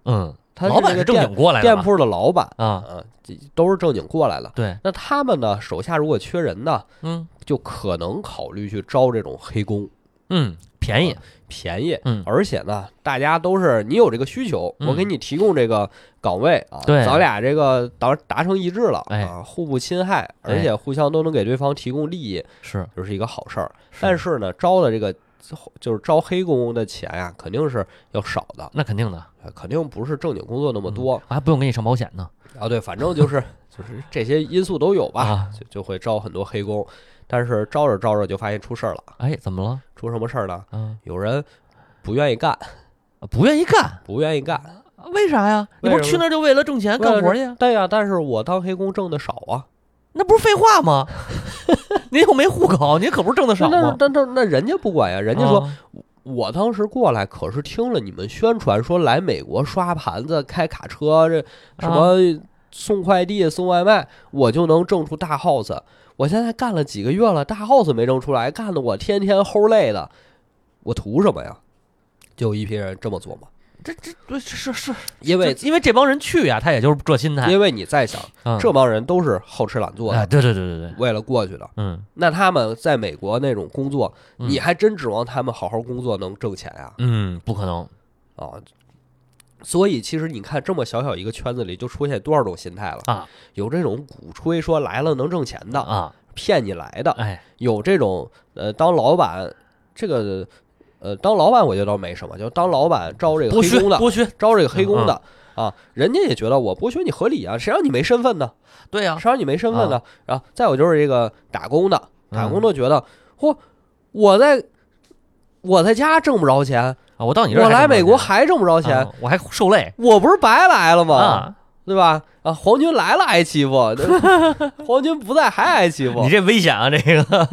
[SPEAKER 1] 嗯，
[SPEAKER 2] 他
[SPEAKER 1] 老板
[SPEAKER 2] 是
[SPEAKER 1] 是
[SPEAKER 2] 这
[SPEAKER 1] 正
[SPEAKER 2] 个
[SPEAKER 1] 经过来的
[SPEAKER 2] 店店
[SPEAKER 1] 吧
[SPEAKER 2] 铺的老板，
[SPEAKER 1] 啊，
[SPEAKER 2] 啊，这都是正经过来的。
[SPEAKER 1] 对，
[SPEAKER 2] 那他们呢，手下如果缺人呢，
[SPEAKER 1] 嗯
[SPEAKER 2] 就可能考虑去招这种黑工，
[SPEAKER 1] 嗯，便宜，
[SPEAKER 2] 便宜。
[SPEAKER 1] 嗯
[SPEAKER 2] 而且呢，大家都是你有这个需求，
[SPEAKER 1] 嗯
[SPEAKER 2] 我给你提供这个岗位啊，
[SPEAKER 1] 对
[SPEAKER 2] 咱俩这个达达成一致了
[SPEAKER 1] 哎
[SPEAKER 2] 啊，互不侵害，而且互相都能给对方提供利益，
[SPEAKER 1] 是，
[SPEAKER 2] 就是一个好事儿。但是呢，招的这个就是招黑工的钱呀、肯定是要少的，呃
[SPEAKER 1] 那肯定的，
[SPEAKER 2] 肯定不是正经工作那么
[SPEAKER 1] 嗯
[SPEAKER 2] 多。
[SPEAKER 1] 我还不用给你上保险呢。
[SPEAKER 2] 啊，对，反正就是就是这些因素都有吧，
[SPEAKER 1] 啊
[SPEAKER 2] 就就会招很多黑工。但是招着招着就发现出事儿了，
[SPEAKER 1] 哎，怎么了？
[SPEAKER 2] 出什么事儿呢？
[SPEAKER 1] 啊，
[SPEAKER 2] 有人不愿意干，
[SPEAKER 1] 不愿意干，
[SPEAKER 2] 不愿意干。
[SPEAKER 1] 啊为啥呀？你不
[SPEAKER 2] 为
[SPEAKER 1] 是
[SPEAKER 2] 什
[SPEAKER 1] 去
[SPEAKER 2] 么
[SPEAKER 1] 那儿就为了挣钱干活去呀？
[SPEAKER 2] 对呀、但是我当黑工挣的少啊，
[SPEAKER 1] 那不是废话 吗？您又没户口，您可不是挣的少
[SPEAKER 2] 那
[SPEAKER 1] 吗？
[SPEAKER 2] 那那那人家不管呀，人家说、
[SPEAKER 1] 啊
[SPEAKER 2] 我当时过来可是听了你们宣传说来美国刷盘子、开卡车这什么。送快递、送外卖，我就能挣出大 house。我现在干了几个月了，大 house 没挣出来，干的我天天齁累的，我图什么呀？就有一批人这么琢磨，
[SPEAKER 1] 这这对是是，
[SPEAKER 2] 因为
[SPEAKER 1] 就因为这帮人去呀、他也就是这心态。
[SPEAKER 2] 因为你在想，
[SPEAKER 1] 哎嗯
[SPEAKER 2] 这帮人都是好吃懒做
[SPEAKER 1] 哎，
[SPEAKER 2] 的，
[SPEAKER 1] 对对对对对，
[SPEAKER 2] 为了过去的。
[SPEAKER 1] 嗯，
[SPEAKER 2] 那他们在美国那种工作，
[SPEAKER 1] 嗯
[SPEAKER 2] 你还真指望他们好好工作能挣钱呀？
[SPEAKER 1] 嗯，不可能，
[SPEAKER 2] 啊，所以其实你看，这么小小一个圈子里，就出现多少种心态了
[SPEAKER 1] 啊！
[SPEAKER 2] 有这种鼓吹说来了能挣钱的，
[SPEAKER 1] 啊，
[SPEAKER 2] 骗你来的；
[SPEAKER 1] 哎，
[SPEAKER 2] 有这种呃当老板，这个呃当老板我觉得倒没什么，就当老板招这个
[SPEAKER 1] 剥
[SPEAKER 2] 黑
[SPEAKER 1] 削
[SPEAKER 2] 工的，
[SPEAKER 1] 剥削，
[SPEAKER 2] 招这个黑工的。
[SPEAKER 1] 嗯
[SPEAKER 2] 啊，人家也觉得我剥削你合理啊，谁让你没身份呢？
[SPEAKER 1] 对呀、
[SPEAKER 2] 谁让你没身份
[SPEAKER 1] 啊
[SPEAKER 2] 呢？然后再有就是这个打工的，
[SPEAKER 1] 嗯
[SPEAKER 2] 打工的觉得，嚯、我在我在家挣不着钱，
[SPEAKER 1] 啊，我到你这儿
[SPEAKER 2] 我
[SPEAKER 1] 还
[SPEAKER 2] 来
[SPEAKER 1] 挣不着
[SPEAKER 2] 美国
[SPEAKER 1] 钱
[SPEAKER 2] 还挣不着钱，
[SPEAKER 1] 啊我还受累
[SPEAKER 2] 我不是白来了吗？
[SPEAKER 1] 啊！
[SPEAKER 2] 对吧？啊，皇军来了挨欺负， 对吧皇军不在还挨欺负
[SPEAKER 1] 你，这危险啊，这个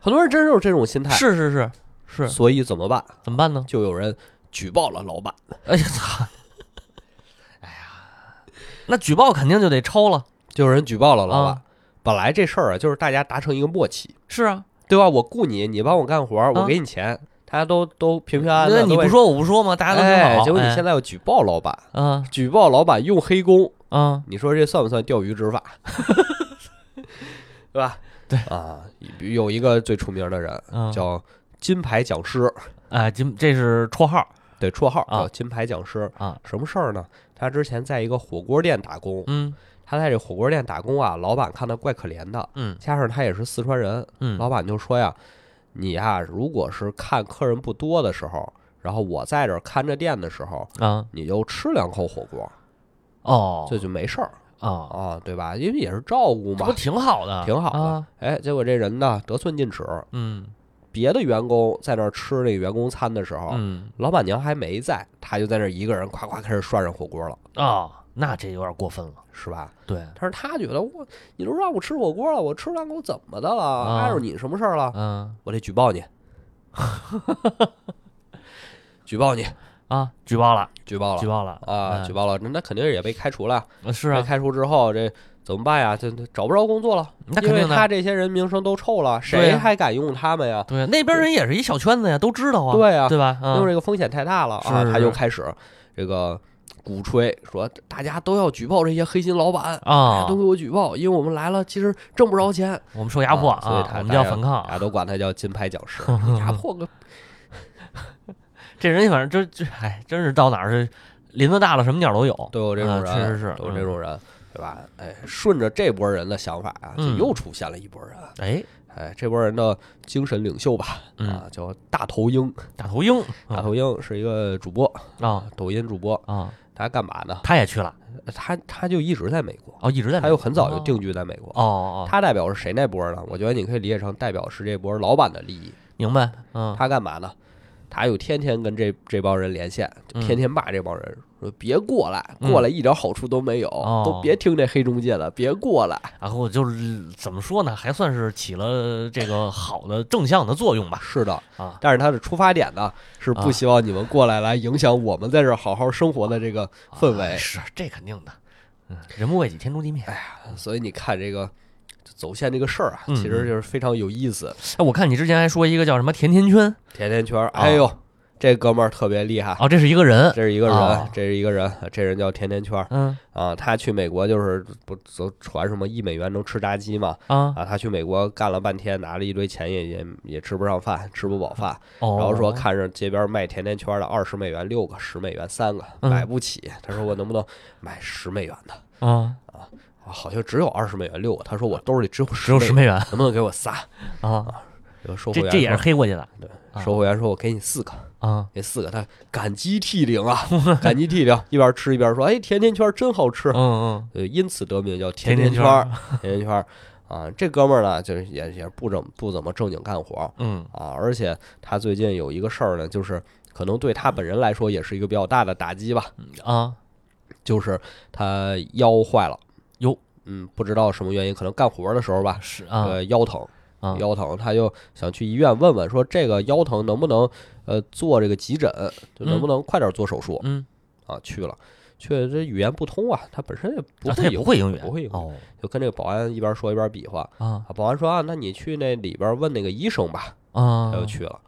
[SPEAKER 2] 很多人真有这种心态，
[SPEAKER 1] 是是是是，
[SPEAKER 2] 所以怎么办？
[SPEAKER 1] 怎么办呢？
[SPEAKER 2] 就有人举报了老板，
[SPEAKER 1] 哎呀操！哎呀，那举报肯定就得抽了。
[SPEAKER 2] 就有人举报了老板
[SPEAKER 1] 啊。
[SPEAKER 2] 本来这事儿啊，就是大家达成一个默契，
[SPEAKER 1] 是啊，
[SPEAKER 2] 对吧？我雇你，你帮我干活，我给你钱，大家都都平平安安的。
[SPEAKER 1] 那你
[SPEAKER 2] 都为
[SPEAKER 1] 不，说我不说吗？大家都挺
[SPEAKER 2] 哎，
[SPEAKER 1] 好。啊
[SPEAKER 2] 结果你现
[SPEAKER 1] 在
[SPEAKER 2] 在要举报老板，
[SPEAKER 1] 啊
[SPEAKER 2] 举报老板用黑工，
[SPEAKER 1] 啊，
[SPEAKER 2] 你说这算不算钓鱼执法？对吧？
[SPEAKER 1] 对
[SPEAKER 2] 啊，有一个最出名的人
[SPEAKER 1] 嗯
[SPEAKER 2] 叫金牌讲师，
[SPEAKER 1] 啊，金这是绰号
[SPEAKER 2] 对，绰号
[SPEAKER 1] 啊
[SPEAKER 2] 叫金牌讲师
[SPEAKER 1] 啊。
[SPEAKER 2] 什么事儿呢？他之前在一个火锅店打工，
[SPEAKER 1] 嗯
[SPEAKER 2] 他在这火锅店打工啊，老板看他怪可怜的，
[SPEAKER 1] 嗯
[SPEAKER 2] 加上他也是四川人，
[SPEAKER 1] 嗯，
[SPEAKER 2] 老板就说呀：“你呀，如果是看客人不多的时候，然后我在这儿看着店的时候，
[SPEAKER 1] 啊
[SPEAKER 2] 你就吃两口火锅，
[SPEAKER 1] 哦
[SPEAKER 2] 这就没事儿
[SPEAKER 1] 啊，
[SPEAKER 2] 啊，对吧？因为也是照顾
[SPEAKER 1] 这不
[SPEAKER 2] 嘛，
[SPEAKER 1] 挺好的，
[SPEAKER 2] 挺好的。
[SPEAKER 1] 啊
[SPEAKER 2] 哎，结果这人呢得寸进尺，
[SPEAKER 1] 嗯
[SPEAKER 2] 别的员工在那儿吃那个员工餐的时候，
[SPEAKER 1] 嗯
[SPEAKER 2] 老板娘还没在，他就在那儿一个人夸夸开始涮上火锅了，
[SPEAKER 1] 啊，那这有点过分了，
[SPEAKER 2] 是吧？
[SPEAKER 1] 对，
[SPEAKER 2] 但是他觉得我，你都让我吃火锅了，我吃两口怎么的了？
[SPEAKER 1] 啊
[SPEAKER 2] 碍着你什么事儿了？
[SPEAKER 1] 嗯
[SPEAKER 2] 我得举报你， 举报你，
[SPEAKER 1] 啊，举报了，
[SPEAKER 2] 举报了，
[SPEAKER 1] 举报了
[SPEAKER 2] 啊，
[SPEAKER 1] 嗯
[SPEAKER 2] 举报了，那那肯定也被开除了。
[SPEAKER 1] 呃是
[SPEAKER 2] 被
[SPEAKER 1] 啊，
[SPEAKER 2] 开除之后，这怎么办呀？这这找不着工作了，
[SPEAKER 1] 那
[SPEAKER 2] 因
[SPEAKER 1] 肯
[SPEAKER 2] 为
[SPEAKER 1] 定
[SPEAKER 2] 他
[SPEAKER 1] 的，
[SPEAKER 2] 这些人名声都臭了，
[SPEAKER 1] 对
[SPEAKER 2] 谁
[SPEAKER 1] 啊
[SPEAKER 2] 还敢用他们呀？
[SPEAKER 1] 对，那边人也是一小圈子呀，都知道啊，
[SPEAKER 2] 对啊
[SPEAKER 1] 对吧？
[SPEAKER 2] 因为
[SPEAKER 1] 嗯
[SPEAKER 2] 这个风险太大了啊，
[SPEAKER 1] 是
[SPEAKER 2] 他就是开始这个鼓吹说，大家都要举报这些黑心老板。大
[SPEAKER 1] 啊
[SPEAKER 2] 家都，给我举报，因为我们来了，其实挣不着钱，
[SPEAKER 1] 我们受压迫
[SPEAKER 2] 啊所以
[SPEAKER 1] 啊，
[SPEAKER 2] 他
[SPEAKER 1] 我们就要
[SPEAKER 2] 大家
[SPEAKER 1] 反抗。
[SPEAKER 2] 大家都管他叫金牌讲师 压迫个
[SPEAKER 1] 这人反正就就哎，真是到哪儿是林子大了，什么鸟都有。
[SPEAKER 2] 都有这种
[SPEAKER 1] 啊
[SPEAKER 2] 人，
[SPEAKER 1] 确实是
[SPEAKER 2] 都有这种人，对吧？哎，顺着这波人的想法啊，就
[SPEAKER 1] 嗯
[SPEAKER 2] 又出现了一波人，
[SPEAKER 1] 哎，
[SPEAKER 2] 哎，这波人的精神领袖吧，
[SPEAKER 1] 嗯，
[SPEAKER 2] 啊，叫大头鹰，
[SPEAKER 1] 大头鹰，嗯
[SPEAKER 2] 大头鹰是一个主播，
[SPEAKER 1] 啊
[SPEAKER 2] 抖音主播，
[SPEAKER 1] 啊，
[SPEAKER 2] 他干嘛呢？
[SPEAKER 1] 他也去了，
[SPEAKER 2] 他他就一直在美国，
[SPEAKER 1] 哦，一直在美国，
[SPEAKER 2] 他又很早就定居在美国。
[SPEAKER 1] 哦哦，哦
[SPEAKER 2] 他代表是谁那波呢？我觉得你可以理解成代表是这波老板的利益。
[SPEAKER 1] 明白，嗯
[SPEAKER 2] 他干嘛呢？他又天天跟这这帮人连线，
[SPEAKER 1] 嗯
[SPEAKER 2] 就天天骂这帮人，说别过来，
[SPEAKER 1] 嗯
[SPEAKER 2] 过来一点好处都没有，
[SPEAKER 1] 哦
[SPEAKER 2] 都别听这黑中介的，别过来。
[SPEAKER 1] 然后就是怎么说呢，还算是起了这个好的正向的作用吧，
[SPEAKER 2] 是的，
[SPEAKER 1] 啊，
[SPEAKER 2] 但是他的出发点呢，是
[SPEAKER 1] 啊
[SPEAKER 2] 不希望你们过来来影响我们在这儿好好生活的这个
[SPEAKER 1] 啊
[SPEAKER 2] 氛围。
[SPEAKER 1] 哎是这肯定的，嗯，人不为己，天诛地灭。哎，
[SPEAKER 2] 所以你看这个走线这个事儿啊，
[SPEAKER 1] 嗯
[SPEAKER 2] 其实就是非常有意思。
[SPEAKER 1] 我看你之前还说一个叫什么甜甜圈，
[SPEAKER 2] 甜甜圈儿，
[SPEAKER 1] 啊
[SPEAKER 2] 哎呦，这哥们儿特别厉害，
[SPEAKER 1] 哦，这是一个人，
[SPEAKER 2] 啊这是一个
[SPEAKER 1] 啊
[SPEAKER 2] 人，这是一个人，这人叫甜甜圈儿
[SPEAKER 1] 嗯
[SPEAKER 2] 啊。他去美国就是不都传什么一美元能吃炸鸡嘛？
[SPEAKER 1] 啊，
[SPEAKER 2] 啊，他去美国干了半天，拿了一堆钱也也也吃不上饭，吃不饱饭，
[SPEAKER 1] 哦，
[SPEAKER 2] 然后说看着街边卖甜甜圈的二十美元六个，十美元三个，
[SPEAKER 1] 嗯
[SPEAKER 2] 买不起。他说我能不能买十美元的？
[SPEAKER 1] 啊，
[SPEAKER 2] 啊好像只有二十美元六个。他说我兜里只有
[SPEAKER 1] 只有十美元
[SPEAKER 2] 元，能不能给我仨？
[SPEAKER 1] 啊，
[SPEAKER 2] 这个售货
[SPEAKER 1] 这
[SPEAKER 2] 员
[SPEAKER 1] 这也是
[SPEAKER 2] 说
[SPEAKER 1] 黑过去的啊
[SPEAKER 2] 售货员说：“我给你四个，
[SPEAKER 1] 啊，
[SPEAKER 2] 给四个。”他感激涕 零啊，感激涕零，一边吃一边说：“哎，甜甜圈真好吃
[SPEAKER 1] 嗯。嗯”
[SPEAKER 2] 呃，因此得名叫
[SPEAKER 1] 甜
[SPEAKER 2] 甜甜
[SPEAKER 1] 圈
[SPEAKER 2] 圈儿，甜甜圈儿啊。这哥们儿呢，就是也也不怎不怎么正经干活
[SPEAKER 1] 嗯，
[SPEAKER 2] 啊，而且他最近有一个事儿呢，就是可能对他本人来说也是一个比较大的打击吧，
[SPEAKER 1] 啊，
[SPEAKER 2] 就是他腰坏了。
[SPEAKER 1] 哟，
[SPEAKER 2] 嗯，不知道什么原因，可能干活的时候吧，
[SPEAKER 1] 是啊
[SPEAKER 2] 呃，腰疼。
[SPEAKER 1] 啊，
[SPEAKER 2] 腰疼，他就想去医院问问，说这个腰疼能不能呃做这个急诊，就能不能快点做手术、
[SPEAKER 1] 嗯，
[SPEAKER 2] 啊？去了，去了这语言不通啊，他本身也不
[SPEAKER 1] 啊他也
[SPEAKER 2] 会有，
[SPEAKER 1] 不会英语，
[SPEAKER 2] 不会英语
[SPEAKER 1] 哦
[SPEAKER 2] 就跟这个保安一边说一边比划
[SPEAKER 1] 啊
[SPEAKER 2] 啊。保安说啊，那你去那里边问那个医生吧，
[SPEAKER 1] 啊哎
[SPEAKER 2] 他，就去了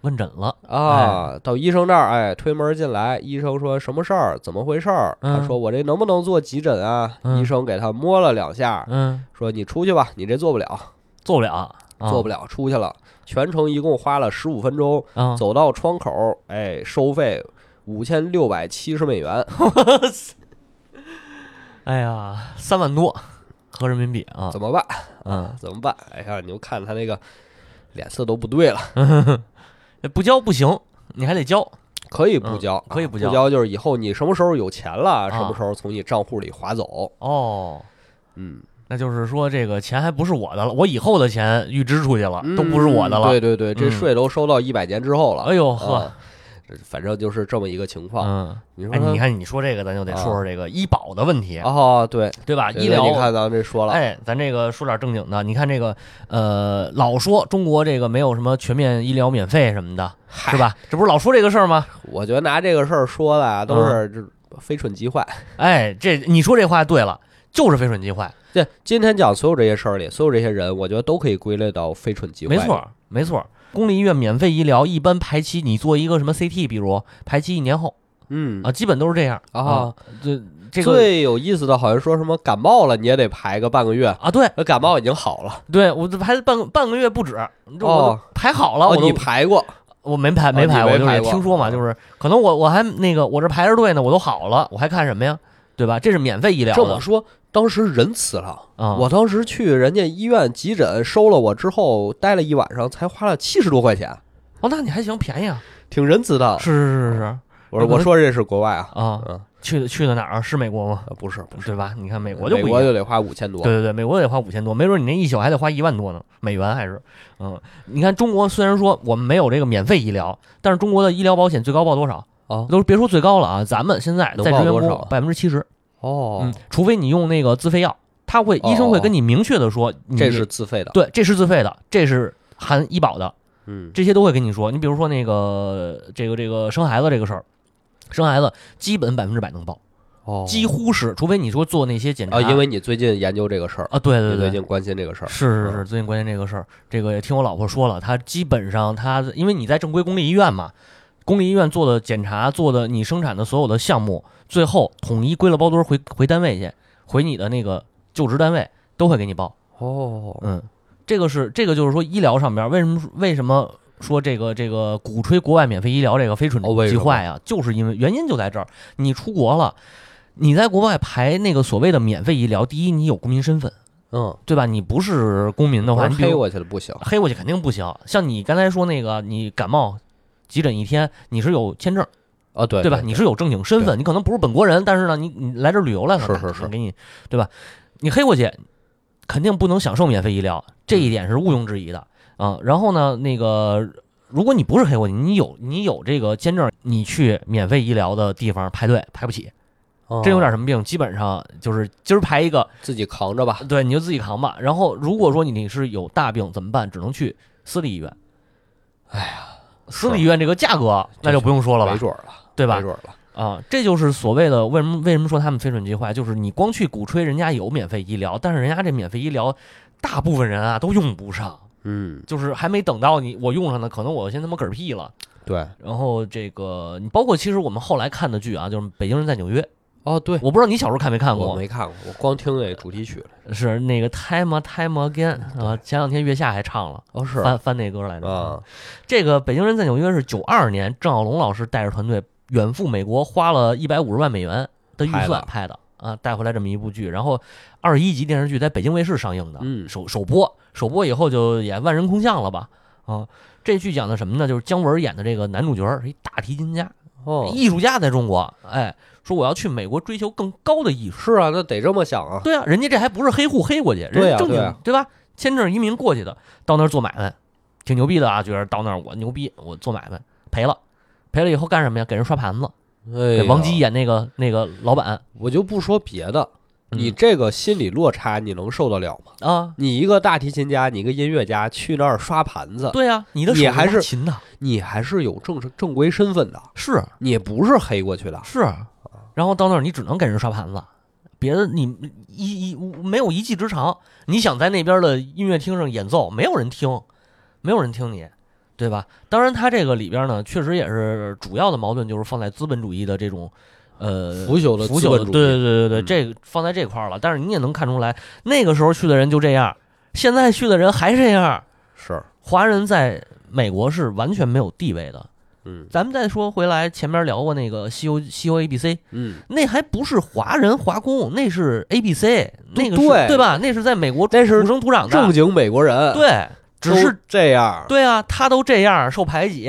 [SPEAKER 1] 问诊了，
[SPEAKER 2] 啊。到医生那儿，哎，推门进来，医生说什么事儿，怎么回事儿？
[SPEAKER 1] 嗯
[SPEAKER 2] 他说我这能不能做急诊啊？
[SPEAKER 1] 嗯
[SPEAKER 2] 医生给他摸了两下，
[SPEAKER 1] 嗯，
[SPEAKER 2] 说你出去吧，你这做不了，
[SPEAKER 1] 做不了，啊
[SPEAKER 2] 做不
[SPEAKER 1] 了，
[SPEAKER 2] 了，出去了。全程一共花了十五分钟。
[SPEAKER 1] 啊，
[SPEAKER 2] 走到窗口，哎，收费五千六百七十 美元，
[SPEAKER 1] 哎呀，三万多合人民币啊，
[SPEAKER 2] 怎么办？
[SPEAKER 1] 嗯，
[SPEAKER 2] 怎么办？哎呀，你就看他那个脸色都不对
[SPEAKER 1] 嗯
[SPEAKER 2] 了，
[SPEAKER 1] 哎不交不行，你还得交，
[SPEAKER 2] 可以不交，
[SPEAKER 1] 嗯可以不
[SPEAKER 2] 不
[SPEAKER 1] 交啊
[SPEAKER 2] 就是以后你什么时候有钱了，什么时候从你账户里划走。
[SPEAKER 1] 哦。
[SPEAKER 2] 嗯，
[SPEAKER 1] 那就是说，这个钱还不是我的了，我以后的钱预支出去了，啊都不是我的
[SPEAKER 2] 嗯对
[SPEAKER 1] 了。
[SPEAKER 2] 对对，这
[SPEAKER 1] 嗯
[SPEAKER 2] 税都收到一百年之后了。
[SPEAKER 1] 哎呦呵
[SPEAKER 2] 啊，这反正就是这么一个情况。
[SPEAKER 1] 嗯，
[SPEAKER 2] 你说
[SPEAKER 1] 哎，
[SPEAKER 2] 他
[SPEAKER 1] 你看你说这个，咱就得说说这个医保的问题，
[SPEAKER 2] 哦，对，
[SPEAKER 1] 对吧？
[SPEAKER 2] 对
[SPEAKER 1] 啊医疗
[SPEAKER 2] 对你看咱们这说了，
[SPEAKER 1] 哎，咱这个说点正经的，你看这个，呃，老说中国这个没有什么全面医疗免费什么的，是吧？这不是老说这个事儿吗？
[SPEAKER 2] 我觉得拿这个事儿说的啊，都
[SPEAKER 1] 嗯
[SPEAKER 2] 是这非蠢即坏。
[SPEAKER 1] 哎，这你说这话对了，就是非蠢即坏，
[SPEAKER 2] 对，今天讲所有这些事儿里，所有这些人，我觉得都可以归类到非蠢即坏。
[SPEAKER 1] 没错，儿，没错儿。公立医院免费医疗一般排期，你做一个什么 CT，比如排期一年后
[SPEAKER 2] 嗯
[SPEAKER 1] 啊啊，基本都是这样
[SPEAKER 2] 啊
[SPEAKER 1] 啊。这这个
[SPEAKER 2] 最有意思的好像说什么感冒了你也得排个半个月，
[SPEAKER 1] 啊，对
[SPEAKER 2] 呃感冒已经好了。
[SPEAKER 1] 对，我这排半个半个月不止，这我
[SPEAKER 2] 哦
[SPEAKER 1] 都排好了，我
[SPEAKER 2] 哦，
[SPEAKER 1] 都
[SPEAKER 2] 你排过
[SPEAKER 1] 我没排
[SPEAKER 2] 哦你
[SPEAKER 1] 排，
[SPEAKER 2] 没
[SPEAKER 1] 我就是
[SPEAKER 2] 排
[SPEAKER 1] 也
[SPEAKER 2] 过
[SPEAKER 1] 听说嘛，
[SPEAKER 2] 哦
[SPEAKER 1] 就是可能我我还那个我这排着队呢，我都好了，我还看什么呀？对吧？这是免费医疗
[SPEAKER 2] 这
[SPEAKER 1] 的
[SPEAKER 2] 我说当时仁慈了，
[SPEAKER 1] 啊，
[SPEAKER 2] 我当时去人家医院急诊收了我之后，待了一晚上，才花了七十多块钱，
[SPEAKER 1] 哦，那你还行，便宜啊！
[SPEAKER 2] 挺仁慈的。
[SPEAKER 1] 是嗯是是是是
[SPEAKER 2] 我说我说这是国外啊，
[SPEAKER 1] 啊，
[SPEAKER 2] 嗯，
[SPEAKER 1] 去的去的哪儿啊？是美国吗？
[SPEAKER 2] 呃不是不是，
[SPEAKER 1] 对吧？你看美
[SPEAKER 2] 美
[SPEAKER 1] 国就不一
[SPEAKER 2] 国
[SPEAKER 1] 样。
[SPEAKER 2] 就得花五千多
[SPEAKER 1] 对，对对，美国得花五千多，没准你那一宿还得花一万多呢，美元还是，嗯，你看中国虽然说我们没有这个免费医疗，但是中国的医疗保险最高报多少？
[SPEAKER 2] 哦
[SPEAKER 1] 都别说最高了啊，咱们现在在
[SPEAKER 2] 能报
[SPEAKER 1] 职员
[SPEAKER 2] 多
[SPEAKER 1] 工
[SPEAKER 2] 少啊
[SPEAKER 1] 百分之七十，
[SPEAKER 2] 哦
[SPEAKER 1] 嗯，，除非你用那个自费药，他会医生会跟你明确的说，你
[SPEAKER 2] 这是自费的，
[SPEAKER 1] 对，这是自费的，这是含医保的，
[SPEAKER 2] 嗯，
[SPEAKER 1] 这些都会跟你说。你比如说那个这个这个生孩子这个事儿，生孩子基本百分之百能报，
[SPEAKER 2] 哦
[SPEAKER 1] 几乎是，除非你说做那些检查
[SPEAKER 2] 啊，因为你最近研究这个事儿，
[SPEAKER 1] 啊，对
[SPEAKER 2] 你
[SPEAKER 1] 对
[SPEAKER 2] 最
[SPEAKER 1] 对，
[SPEAKER 2] 近关心这个事儿，
[SPEAKER 1] 是是
[SPEAKER 2] 嗯
[SPEAKER 1] 是，最近关心这个事儿，这个也听我老婆说了，她基本上她因为你在正规公立医院嘛，公立医院做的检查、做的你生产的所有的项目，最后统一归了包堆儿回回单位去，回你的那个就职单位都会给你报。
[SPEAKER 2] 哦，
[SPEAKER 1] 嗯，这个是这个就是说医疗上边为什么说为什么说这个这个鼓吹国外免费医疗这个非蠢
[SPEAKER 2] 哦为
[SPEAKER 1] 即
[SPEAKER 2] 什么
[SPEAKER 1] 坏啊，就是因为原因就在这儿，你出国了，你在国外排那个所谓的免费医疗，第一你有公民身份。
[SPEAKER 2] 嗯，
[SPEAKER 1] 对吧？你不是公民的
[SPEAKER 2] 我
[SPEAKER 1] 话，你比
[SPEAKER 2] 黑
[SPEAKER 1] 如
[SPEAKER 2] 过去了不行，
[SPEAKER 1] 黑过去肯定不行。像你刚才说那个，你感冒急诊一天，你是有签证，
[SPEAKER 2] 啊，对
[SPEAKER 1] 哦对吧？你是有正经身份，你可能不是本国人，但是呢，你你来这儿旅游来了，
[SPEAKER 2] 是
[SPEAKER 1] 那肯定
[SPEAKER 2] 是是
[SPEAKER 1] 给你，对吧？你黑过去，肯定不能享受免费医疗，这
[SPEAKER 2] 嗯
[SPEAKER 1] 一点是毋庸置疑的啊、然后呢，那个如果你不是黑过去，你有你有这个签证，你去免费医疗的地方排队排不起，
[SPEAKER 2] 哦
[SPEAKER 1] 真有点什么病，基本上就是今儿排一个，
[SPEAKER 2] 自己扛着吧，
[SPEAKER 1] 对，你就自己扛吧。然后如果说你是有大病怎么办？只能去私立医院。哎呀，私立医院这个价格那就不用说了吧
[SPEAKER 2] 啊没，准儿了，
[SPEAKER 1] 对吧
[SPEAKER 2] 没？准儿了，
[SPEAKER 1] 啊，这就是所谓的为什么为什么说他们非蠢即坏，就是你光去鼓吹人家有免费医疗，但是人家这免费医疗，大部分人啊都用不上，
[SPEAKER 2] 嗯，
[SPEAKER 1] 就是还没等到你我用上呢，可能我先他妈嗝屁了。
[SPEAKER 2] 对，
[SPEAKER 1] 然后这个你包括其实我们后来看的剧啊，就是《北京人在纽约》，
[SPEAKER 2] 哦，对，
[SPEAKER 1] 我不知道你小时候看没看
[SPEAKER 2] 我
[SPEAKER 1] 过，
[SPEAKER 2] 没看过，我光听那主题曲了，
[SPEAKER 1] 是那个 Time Time Again 啊，前两天月下还唱了，
[SPEAKER 2] 嗯哦是
[SPEAKER 1] 翻翻那歌来着。
[SPEAKER 2] 啊，
[SPEAKER 1] 这个《北京人在纽约》是九二年郑晓龙老师带着团队远赴美国，花了一百五十万美元的预算拍的啊，带回来这么一部剧。然后二十一集电视剧在北京卫视上映的，
[SPEAKER 2] 嗯
[SPEAKER 1] 首首播，首播以后就也万人空巷了吧？啊，这剧讲的什么呢？就是姜文演的这个男主角是一大提琴家、
[SPEAKER 2] 哦，
[SPEAKER 1] 艺术家，在中国，哎，说我要去美国追求更高的艺术。
[SPEAKER 2] 是啊，那得这么想啊，
[SPEAKER 1] 对啊，人家这还不是黑户黑过去，人
[SPEAKER 2] 对啊
[SPEAKER 1] 家正经
[SPEAKER 2] 对啊
[SPEAKER 1] 吧？签证移民过去的，到那儿做买卖，挺牛逼的啊！觉得到那儿我牛逼，我做买卖赔了，赔了以后干什么呀？给人刷盘子。
[SPEAKER 2] 哎
[SPEAKER 1] 给
[SPEAKER 2] 呀，
[SPEAKER 1] 王姬演那个那个老板
[SPEAKER 2] 我就不说别的，
[SPEAKER 1] 嗯
[SPEAKER 2] 你这个心理落差你能受得了吗？
[SPEAKER 1] 啊，
[SPEAKER 2] 你一个大提琴家，你一个音乐家去那儿刷盘子，
[SPEAKER 1] 对啊，你的
[SPEAKER 2] 你
[SPEAKER 1] 手
[SPEAKER 2] 还
[SPEAKER 1] 拉
[SPEAKER 2] 是
[SPEAKER 1] 琴的，
[SPEAKER 2] 你还是有正正规身份的，
[SPEAKER 1] 是
[SPEAKER 2] 你不是黑过去的。
[SPEAKER 1] 是，然后到那儿你只能给人刷盘子。别的你一一没有一技之长，你想在那边的音乐厅上演奏，没有人听，没有人听你，对吧？当然，他这个里边呢，确实也是主要的矛盾就是放在资本主义的这种，呃，
[SPEAKER 2] 腐朽的
[SPEAKER 1] 腐
[SPEAKER 2] 资
[SPEAKER 1] 朽
[SPEAKER 2] 本
[SPEAKER 1] 的，
[SPEAKER 2] 主
[SPEAKER 1] 对
[SPEAKER 2] 义
[SPEAKER 1] 对对对对，
[SPEAKER 2] 嗯
[SPEAKER 1] 这个放在这块儿了。但是你也能看出来，那个时候去的人就这样，现在去的人还这样。
[SPEAKER 2] 是，
[SPEAKER 1] 华人在美国是完全没有地位的。
[SPEAKER 2] 嗯
[SPEAKER 1] 咱们再说回来，前面聊过那个西欧西欧 A B C，
[SPEAKER 2] 嗯，
[SPEAKER 1] 那还不是华人华工，那是 A B C，那个是
[SPEAKER 2] 对
[SPEAKER 1] 对吧？那是在美国
[SPEAKER 2] 那是
[SPEAKER 1] 土生土长
[SPEAKER 2] 正
[SPEAKER 1] 的，
[SPEAKER 2] 经美国人，，
[SPEAKER 1] 对，只是
[SPEAKER 2] 这样，
[SPEAKER 1] 对啊，他都这样受排挤，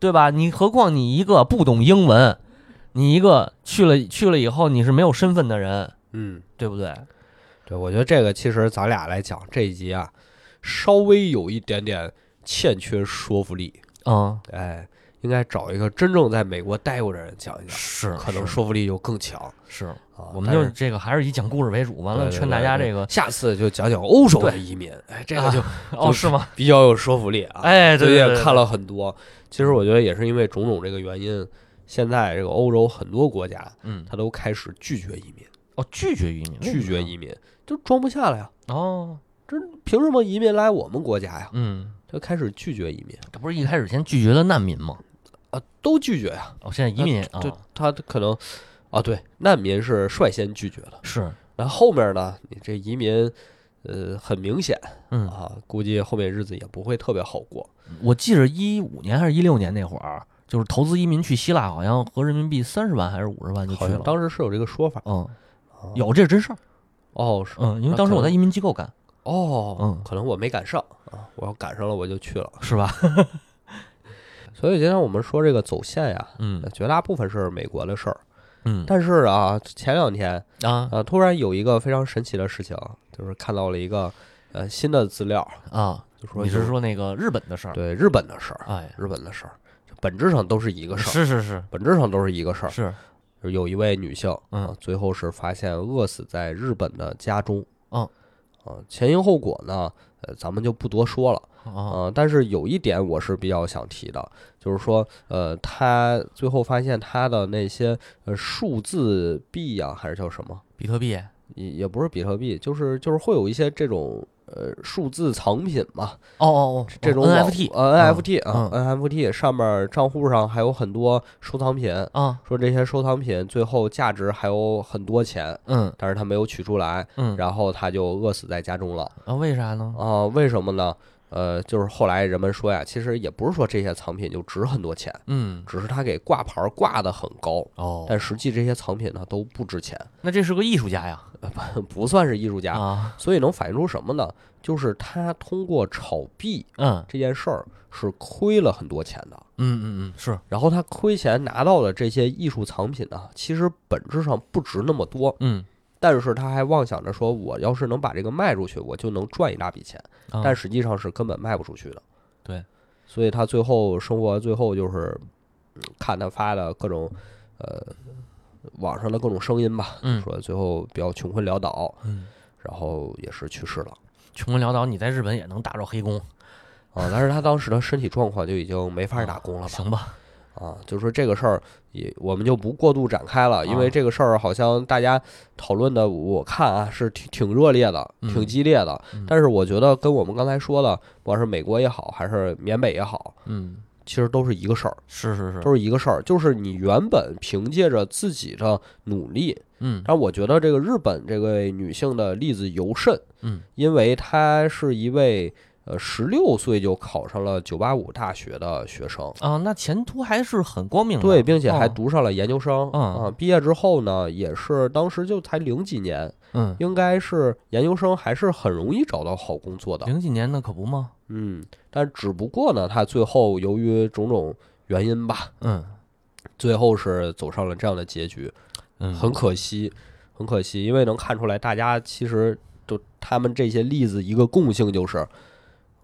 [SPEAKER 1] 对吧？你何况你一个不懂英文，你一个去了去了以后你是没有身份的人，
[SPEAKER 2] 嗯，
[SPEAKER 1] 对不对？
[SPEAKER 2] 对，我觉得这个其实咱俩来讲这一集啊，稍微有一点点欠缺说服力，
[SPEAKER 1] 嗯，
[SPEAKER 2] 哎，应该找一个真正在美国待过的人讲一讲，
[SPEAKER 1] 是
[SPEAKER 2] 可能
[SPEAKER 1] 是
[SPEAKER 2] 说服力就更强
[SPEAKER 1] 是，
[SPEAKER 2] 啊。
[SPEAKER 1] 我们
[SPEAKER 2] 但
[SPEAKER 1] 就是这个还是以讲故事为主，完了
[SPEAKER 2] 对对
[SPEAKER 1] 劝大
[SPEAKER 2] 对
[SPEAKER 1] 家
[SPEAKER 2] 对
[SPEAKER 1] 这个
[SPEAKER 2] 下次就讲讲欧洲的
[SPEAKER 1] 对
[SPEAKER 2] 移民，哎，这个就
[SPEAKER 1] 哦是吗？
[SPEAKER 2] 比较有说服力啊。
[SPEAKER 1] 哎，对
[SPEAKER 2] 最
[SPEAKER 1] 对
[SPEAKER 2] 近
[SPEAKER 1] 对，对
[SPEAKER 2] 看了很多，其实我觉得也是因为种种这个原因，现在这个欧洲很多国家
[SPEAKER 1] 嗯，
[SPEAKER 2] 它都开始拒绝移民，
[SPEAKER 1] 哦，拒绝移民，
[SPEAKER 2] 拒绝移民就装不下了呀。
[SPEAKER 1] 民哦，
[SPEAKER 2] 凭什么移民来我们国家呀？
[SPEAKER 1] 嗯，
[SPEAKER 2] 就开始拒绝移民
[SPEAKER 1] 这不是一开始先拒绝了难民吗？
[SPEAKER 2] 啊，都拒绝呀。
[SPEAKER 1] 哦，现在移民啊
[SPEAKER 2] 就，他可能啊，对，难民是率先拒绝的，
[SPEAKER 1] 是，
[SPEAKER 2] 那后面呢，你这移民，呃，很明显
[SPEAKER 1] 嗯，
[SPEAKER 2] 啊，估计后面日子也不会特别好过。
[SPEAKER 1] 我记着一五年还是一六年那会儿，就是投资移民去希腊，好像合人民币三十万还是五十万就去
[SPEAKER 2] 好像
[SPEAKER 1] 了。
[SPEAKER 2] 当时是有这个说法，
[SPEAKER 1] 嗯，
[SPEAKER 2] 啊
[SPEAKER 1] 有这是真事儿。
[SPEAKER 2] 哦，是
[SPEAKER 1] 嗯，因为当时我在移民机构干，
[SPEAKER 2] 哦，
[SPEAKER 1] 嗯
[SPEAKER 2] 可能我没赶上啊，我要赶上了我就去了。
[SPEAKER 1] 是吧？
[SPEAKER 2] 所以今天我们说这个走线呀，
[SPEAKER 1] 嗯
[SPEAKER 2] 绝大部分是美国的事儿，
[SPEAKER 1] 嗯
[SPEAKER 2] 但是啊，前两天
[SPEAKER 1] 啊
[SPEAKER 2] 啊，突然有一个非常神奇的事情，就是看到了一个呃新的资料，
[SPEAKER 1] 啊，
[SPEAKER 2] 就说
[SPEAKER 1] 你是
[SPEAKER 2] 有
[SPEAKER 1] 说那个日本的事儿？
[SPEAKER 2] 对日本的事儿，
[SPEAKER 1] 哎，
[SPEAKER 2] 日本的事儿，这本质上都是一个事儿，
[SPEAKER 1] 是是是
[SPEAKER 2] 本质上都是一个事儿。
[SPEAKER 1] 是，
[SPEAKER 2] 就是有一位女性，
[SPEAKER 1] 嗯
[SPEAKER 2] 啊，最后是发现饿死在日本的家中，
[SPEAKER 1] 嗯，
[SPEAKER 2] 啊，前因后果呢，呃，咱们就不多说了，
[SPEAKER 1] 啊
[SPEAKER 2] 啊，但是有一点我是比较想提的，就是说，呃，她最后发现她的那些呃数字币呀、还是叫什么，
[SPEAKER 1] 比特币
[SPEAKER 2] 也也不是比特币，就是就是会有一些这种。呃，数字藏品嘛，
[SPEAKER 1] 哦哦哦，
[SPEAKER 2] 这种网
[SPEAKER 1] NFT
[SPEAKER 2] 呃 NFT
[SPEAKER 1] 嗯
[SPEAKER 2] 啊、NFT 上面账户上还有很多收藏品，
[SPEAKER 1] 啊
[SPEAKER 2] 说这些收藏品最后价值还有很多钱，
[SPEAKER 1] 嗯
[SPEAKER 2] 但是他没有取出来，
[SPEAKER 1] 嗯
[SPEAKER 2] 然后他就饿死在家中了
[SPEAKER 1] 啊，为啥呢？
[SPEAKER 2] 啊、为什么呢？呃，就是后来人们说呀，其实也不是说这些藏品就值很多钱，
[SPEAKER 1] 嗯
[SPEAKER 2] 只是他给挂牌挂的很高，
[SPEAKER 1] 哦，
[SPEAKER 2] 但实际这些藏品呢都不值钱，
[SPEAKER 1] 那这是个艺术家呀
[SPEAKER 2] 不算是艺术家。
[SPEAKER 1] 啊
[SPEAKER 2] 所以能反映出什么呢？就是他通过炒币
[SPEAKER 1] 嗯
[SPEAKER 2] 这件事儿是亏了很多钱的。
[SPEAKER 1] 嗯嗯嗯是
[SPEAKER 2] 然后他亏钱拿到的这些艺术藏品呢，其实本质上不值那么多，
[SPEAKER 1] 嗯，
[SPEAKER 2] 但是他还妄想着说，我要是能把这个卖出去，我就能赚一大笔钱，
[SPEAKER 1] 啊
[SPEAKER 2] 但实际上是根本卖不出去的。
[SPEAKER 1] 对，
[SPEAKER 2] 所以他最后生活最后就是，嗯看他发的各种，呃，网上的各种声音吧，
[SPEAKER 1] 嗯
[SPEAKER 2] 说最后比较穷困潦倒，
[SPEAKER 1] 嗯，
[SPEAKER 2] 然后也是去世了
[SPEAKER 1] 穷困潦倒，你在日本也能打着黑工，
[SPEAKER 2] 啊。但是他当时的身体状况就已经没法打工了吧？
[SPEAKER 1] 行吧？
[SPEAKER 2] 啊，就是说这个事儿也我们就不过度展开了，因
[SPEAKER 1] 啊
[SPEAKER 2] 为这个事儿好像大家讨论的，我看啊是挺挺热烈的，
[SPEAKER 1] 嗯
[SPEAKER 2] 挺激烈的。
[SPEAKER 1] 嗯
[SPEAKER 2] 但是我觉得跟我们刚才说的，不管是美国也好，还是缅北也好，
[SPEAKER 1] 嗯，
[SPEAKER 2] 其实都是一个事儿，
[SPEAKER 1] 是是是，
[SPEAKER 2] 都是一个事儿，就是你原本凭借着自己的努力，
[SPEAKER 1] 嗯
[SPEAKER 2] 但我觉得这个日本这位女性的例子尤甚，
[SPEAKER 1] 嗯
[SPEAKER 2] 因为她是一位呃十六岁就考上了九八五大学的学生。
[SPEAKER 1] 啊，那前途还是很光明的，
[SPEAKER 2] 对，并且还
[SPEAKER 1] 哦
[SPEAKER 2] 读上了研究生。
[SPEAKER 1] 嗯
[SPEAKER 2] 啊，毕业之后呢，也是当时就才零几年，
[SPEAKER 1] 嗯
[SPEAKER 2] 应该是研究生还是很容易找到好工作的。
[SPEAKER 1] 零几年那可不嘛，
[SPEAKER 2] 嗯，但只不过呢，他最后由于种种原因吧，
[SPEAKER 1] 嗯
[SPEAKER 2] 最后是走上了这样的结局，
[SPEAKER 1] 嗯，
[SPEAKER 2] 很可惜，很可惜，因为能看出来，大家其实都他们这些例子一个共性就是。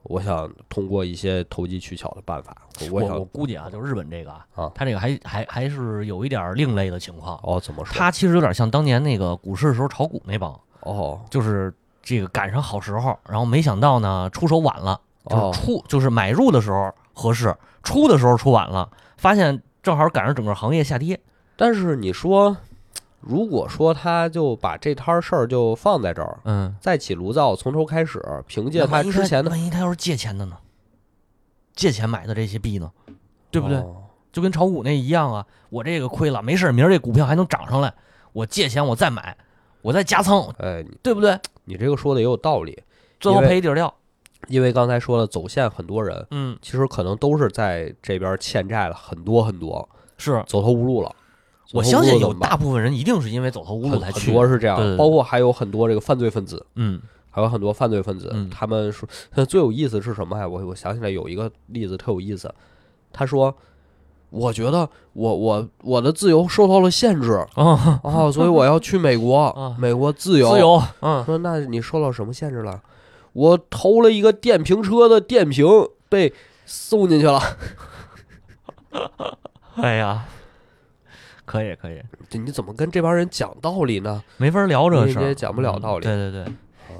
[SPEAKER 2] 我想通过一些投机取巧的办法，我
[SPEAKER 1] 我
[SPEAKER 2] 想
[SPEAKER 1] 我估计啊，就日本这个啊，
[SPEAKER 2] 啊
[SPEAKER 1] 它这个还还还是有一点儿另类的情况。
[SPEAKER 2] 哦怎么说？
[SPEAKER 1] 它其实有点像当年那个股市时候炒股那帮，
[SPEAKER 2] 哦
[SPEAKER 1] 就是这个赶上好时候，然后没想到呢出手晚了，就
[SPEAKER 2] 哦
[SPEAKER 1] 是出就是买入的时候合适，出的时候出晚了，发现正好赶上整个行业下跌。
[SPEAKER 2] 但是你说，如果说他就把这摊事儿就放在这儿，
[SPEAKER 1] 嗯，
[SPEAKER 2] 再起炉灶，从头开始，凭借
[SPEAKER 1] 那
[SPEAKER 2] 他
[SPEAKER 1] 万一
[SPEAKER 2] 之前的，
[SPEAKER 1] 万一他要是借钱的呢？借钱买的这些币呢？对不对？
[SPEAKER 2] 哦
[SPEAKER 1] 就跟炒股那一样啊，我这个亏了没事儿，明儿这股票还能涨上来，我借钱我再买，我再加仓，
[SPEAKER 2] 哎，你
[SPEAKER 1] 对不对？
[SPEAKER 2] 你这个说的也有道理，
[SPEAKER 1] 最后赔一底儿掉。
[SPEAKER 2] 因为刚才说了，走线很多人
[SPEAKER 1] 嗯，
[SPEAKER 2] 其实可能都是在这边欠债了很多很多，
[SPEAKER 1] 是
[SPEAKER 2] 走投无路了。
[SPEAKER 1] 我
[SPEAKER 2] 走
[SPEAKER 1] 相
[SPEAKER 2] 投无路
[SPEAKER 1] 信
[SPEAKER 2] 怎
[SPEAKER 1] 有
[SPEAKER 2] 么办
[SPEAKER 1] 大部分人一定是因为走投无路
[SPEAKER 2] 很
[SPEAKER 1] 才去
[SPEAKER 2] 很。多是这样
[SPEAKER 1] 对对，对
[SPEAKER 2] 包括还有很多这个犯罪分子，
[SPEAKER 1] 嗯
[SPEAKER 2] 还有很多犯罪分子，
[SPEAKER 1] 嗯
[SPEAKER 2] 他们说他最有意思是什么呀？我我想起来有一个例子特有意思，他说，我觉得我我我的自由受到了 限制
[SPEAKER 1] 啊，
[SPEAKER 2] 啊，所以我要去美国，
[SPEAKER 1] 啊
[SPEAKER 2] 美国自
[SPEAKER 1] 自
[SPEAKER 2] 由。
[SPEAKER 1] 由， 嗯
[SPEAKER 2] 说那你受到什么限制了？我投了一个电瓶车的电瓶被送进去了，
[SPEAKER 1] 哎呀，可以可以，
[SPEAKER 2] 这你怎么跟这帮人讲道理呢？
[SPEAKER 1] 没法聊这个
[SPEAKER 2] 你
[SPEAKER 1] 事
[SPEAKER 2] 你
[SPEAKER 1] 儿，
[SPEAKER 2] 也讲不了道理啊
[SPEAKER 1] 嗯对对对，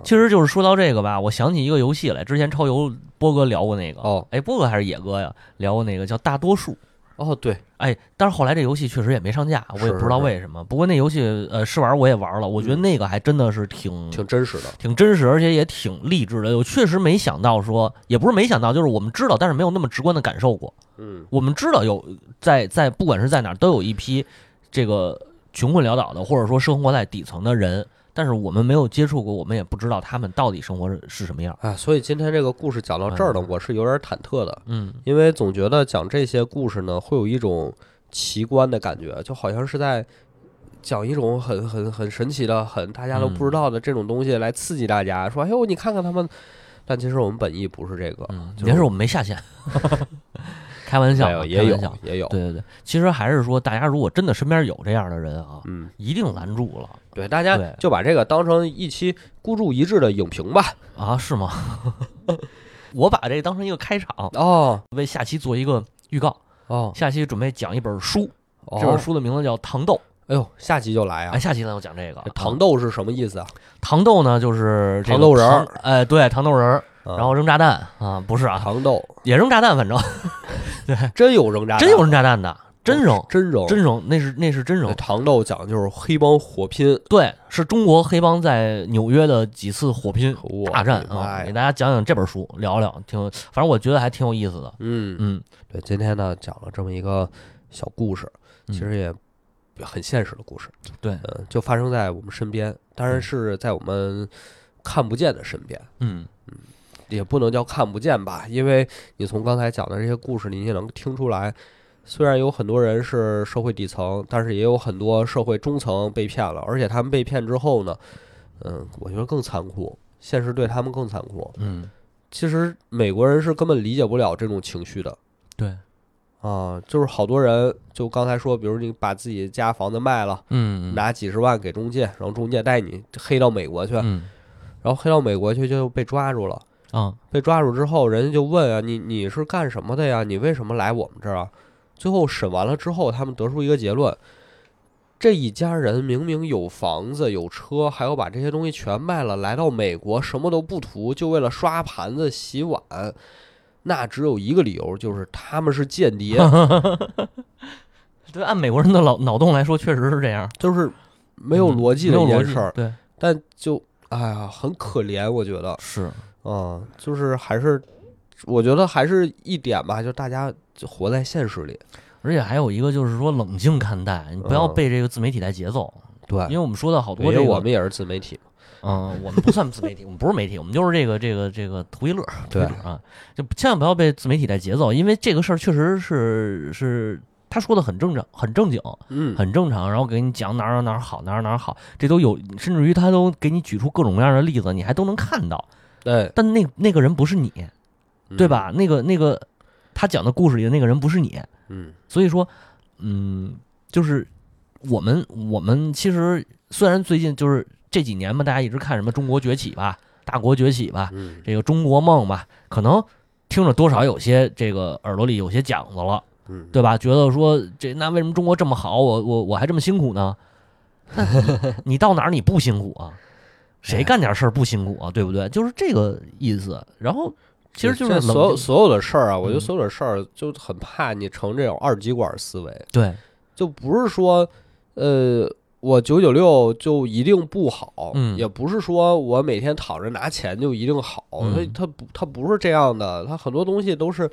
[SPEAKER 1] 其实就是说到这个吧，我想起一个游戏来，之前超游波哥聊过那个，
[SPEAKER 2] 哦
[SPEAKER 1] 哎，波哥还是野哥呀，聊过那个叫《大多数》。
[SPEAKER 2] 哦，对，
[SPEAKER 1] 哎，但是后来这游戏确实也没上架，我也
[SPEAKER 2] 是
[SPEAKER 1] 不知道
[SPEAKER 2] 是
[SPEAKER 1] 为什么。不过那游戏呃试玩我也玩了，我觉得
[SPEAKER 2] 嗯
[SPEAKER 1] 那个还真的是挺
[SPEAKER 2] 挺真实的。
[SPEAKER 1] 挺真实，而且也挺励志的。我确实没想到说，也不是没想到，就是我们知道，但是没有那么直观的感受过。
[SPEAKER 2] 嗯，
[SPEAKER 1] 我们知道有在在不管是在哪儿，都有一批这个穷困潦倒的，或者说生活在底层的人，但是我们没有接触过，我们也不知道他们到底生活是是什么样。
[SPEAKER 2] 哎，所以今天这个故事讲到这儿呢，
[SPEAKER 1] 嗯
[SPEAKER 2] 我是有点忐忑的，
[SPEAKER 1] 嗯
[SPEAKER 2] 因为总觉得讲这些故事呢，会有一种奇观的感觉，就好像是在讲一种很很很神奇的、很大家都
[SPEAKER 1] 嗯
[SPEAKER 2] 不知道的这种东西来刺激大家，说哎呦，你看看他们。但其实我们本意不是这个，
[SPEAKER 1] 嗯，
[SPEAKER 2] 就是
[SPEAKER 1] 也是我们没下线， 开玩笑
[SPEAKER 2] 没有
[SPEAKER 1] 啊，
[SPEAKER 2] 哎也
[SPEAKER 1] 开玩笑
[SPEAKER 2] 有。也有，
[SPEAKER 1] 对对对，其实还是说，大家如果真的身边有这样的人啊，
[SPEAKER 2] 嗯，
[SPEAKER 1] 一定拦住了
[SPEAKER 2] 对，大家
[SPEAKER 1] 对
[SPEAKER 2] 就把这个当成一期孤注一掷的影评吧。
[SPEAKER 1] 啊，是吗？ 我把这当成一个开场，
[SPEAKER 2] 哦
[SPEAKER 1] 为下期做一个预告。
[SPEAKER 2] 哦，
[SPEAKER 1] 下期准备讲一本书，
[SPEAKER 2] 哦
[SPEAKER 1] 这本书的名字叫《糖豆》。
[SPEAKER 2] 哎呦，下期就来啊
[SPEAKER 1] 哎，！下期咱就讲这个
[SPEAKER 2] 这
[SPEAKER 1] 啊
[SPEAKER 2] 糖豆是什么意思啊？
[SPEAKER 1] 糖豆呢，就是这个
[SPEAKER 2] 糖豆人儿
[SPEAKER 1] 糖哎，对，糖豆人儿，
[SPEAKER 2] 然
[SPEAKER 1] 然后扔炸弹啊，不是啊，
[SPEAKER 2] 糖豆
[SPEAKER 1] 也扔炸弹，反正
[SPEAKER 2] 真有扔炸弹，哦
[SPEAKER 1] 真有扔炸弹的，真扔，
[SPEAKER 2] 真扔
[SPEAKER 1] 真扔，那是那是真
[SPEAKER 2] 这
[SPEAKER 1] 扔，
[SPEAKER 2] 糖豆讲的就是黑帮火拼，
[SPEAKER 1] 对，是中国黑帮在纽约的几次火拼
[SPEAKER 2] 我
[SPEAKER 1] 大战
[SPEAKER 2] 的妈
[SPEAKER 1] 啊，
[SPEAKER 2] 呀
[SPEAKER 1] 给大家讲讲这本书，聊聊，挺，反正我觉得还挺有意思的，
[SPEAKER 2] 嗯，
[SPEAKER 1] 嗯
[SPEAKER 2] 对，今天呢讲了这么一个小故事，
[SPEAKER 1] 嗯
[SPEAKER 2] 其实也很现实的故事，
[SPEAKER 1] 对
[SPEAKER 2] 呃，就发生在我们身边，当然是在我们看不见的身边，
[SPEAKER 1] 嗯
[SPEAKER 2] 也不能叫看不见吧，因为你从刚才讲的这些故事里，你也能听出来，虽然有很多人是社会底层，但是也有很多社会中层被骗了，而且他们被骗之后呢，嗯，我觉得更残酷，现实对他们更残酷。
[SPEAKER 1] 嗯，
[SPEAKER 2] 其实美国人是根本理解不了这种情绪的
[SPEAKER 1] 对，
[SPEAKER 2] 啊，就是好多人就刚才说，比如你把自己家房子卖了，
[SPEAKER 1] 嗯
[SPEAKER 2] 拿几十万给中介，然后中介带你黑到美国去，然
[SPEAKER 1] 嗯
[SPEAKER 2] 后黑到美国去就被抓住了。
[SPEAKER 1] 啊
[SPEAKER 2] 被抓住之后，人家就问啊，你你是干什么的呀？你为什么来我们这儿啊？最后审完了之后，他们得出一个结论：这一家人明明有房子、有车，还要把这些东西全卖了，来到美国什么都不图，就为了刷盘子、洗碗。那只有一个理由，就是他们是间谍，
[SPEAKER 1] 对，按美国人的脑脑洞来说，确实是这样，
[SPEAKER 2] 就是没有
[SPEAKER 1] 嗯
[SPEAKER 2] 逻辑
[SPEAKER 1] 没
[SPEAKER 2] 的
[SPEAKER 1] 有
[SPEAKER 2] 一件
[SPEAKER 1] 逻辑
[SPEAKER 2] 事儿。
[SPEAKER 1] 对，
[SPEAKER 2] 但就哎呀，很可怜，我觉得。
[SPEAKER 1] 是，
[SPEAKER 2] 嗯，就是还是，我觉得还是一点吧，就大家就活在现实里。
[SPEAKER 1] 而且还有一个就是说冷静看待，你不
[SPEAKER 2] 嗯
[SPEAKER 1] 要被这个自媒体带节奏，
[SPEAKER 2] 对，
[SPEAKER 1] 因为我们说到好
[SPEAKER 2] 因
[SPEAKER 1] 多
[SPEAKER 2] 为
[SPEAKER 1] 这
[SPEAKER 2] 哎我
[SPEAKER 1] 个，
[SPEAKER 2] 们也是自媒体嘛。
[SPEAKER 1] 嗯，我们不算自媒体，我们不是媒体，我们就是这个这个这个图一乐，
[SPEAKER 2] 对
[SPEAKER 1] 图一乐啊，就千万不要被自媒体带节奏，因为这个事儿确实是是他说的很正常，很正经，
[SPEAKER 2] 嗯，
[SPEAKER 1] 很正常，然后给你讲哪儿哪儿好，哪儿哪儿好，这都有，甚至于他都给你举出各种各样的例子，你还都能看到，
[SPEAKER 2] 对，
[SPEAKER 1] 但那那个人不是你，
[SPEAKER 2] 嗯
[SPEAKER 1] 对？吧？那个那个他讲的故事里的那个人不是你，
[SPEAKER 2] 嗯，
[SPEAKER 1] 所以说，嗯，就是我们我们其实虽然最近就是这几年嘛，大家一直看什么中国崛起吧、大国崛起吧、
[SPEAKER 2] 嗯，
[SPEAKER 1] 这个中国梦吧，可能听着多少有些这个耳朵里有些讲子了，
[SPEAKER 2] 嗯，
[SPEAKER 1] 对吧？觉得说这那为什么中国这么好，我我我还这么辛苦呢？ 那你你到哪儿你不辛苦啊？
[SPEAKER 2] 哎
[SPEAKER 1] 谁干点事儿不辛苦啊？对不对？就是这个意思。然后其实就是
[SPEAKER 2] 这
[SPEAKER 1] 冷
[SPEAKER 2] 所有
[SPEAKER 1] 静
[SPEAKER 2] 所有的事儿啊，我觉得
[SPEAKER 1] 嗯
[SPEAKER 2] 所有的事儿就很怕你成这种二极管思维，
[SPEAKER 1] 对，
[SPEAKER 2] 就不是说，呃。我九九六就一定不好，
[SPEAKER 1] 嗯
[SPEAKER 2] 也不是说我每天躺着拿钱就一定好，
[SPEAKER 1] 嗯
[SPEAKER 2] 所以它不它不是这样的，它很多东西都是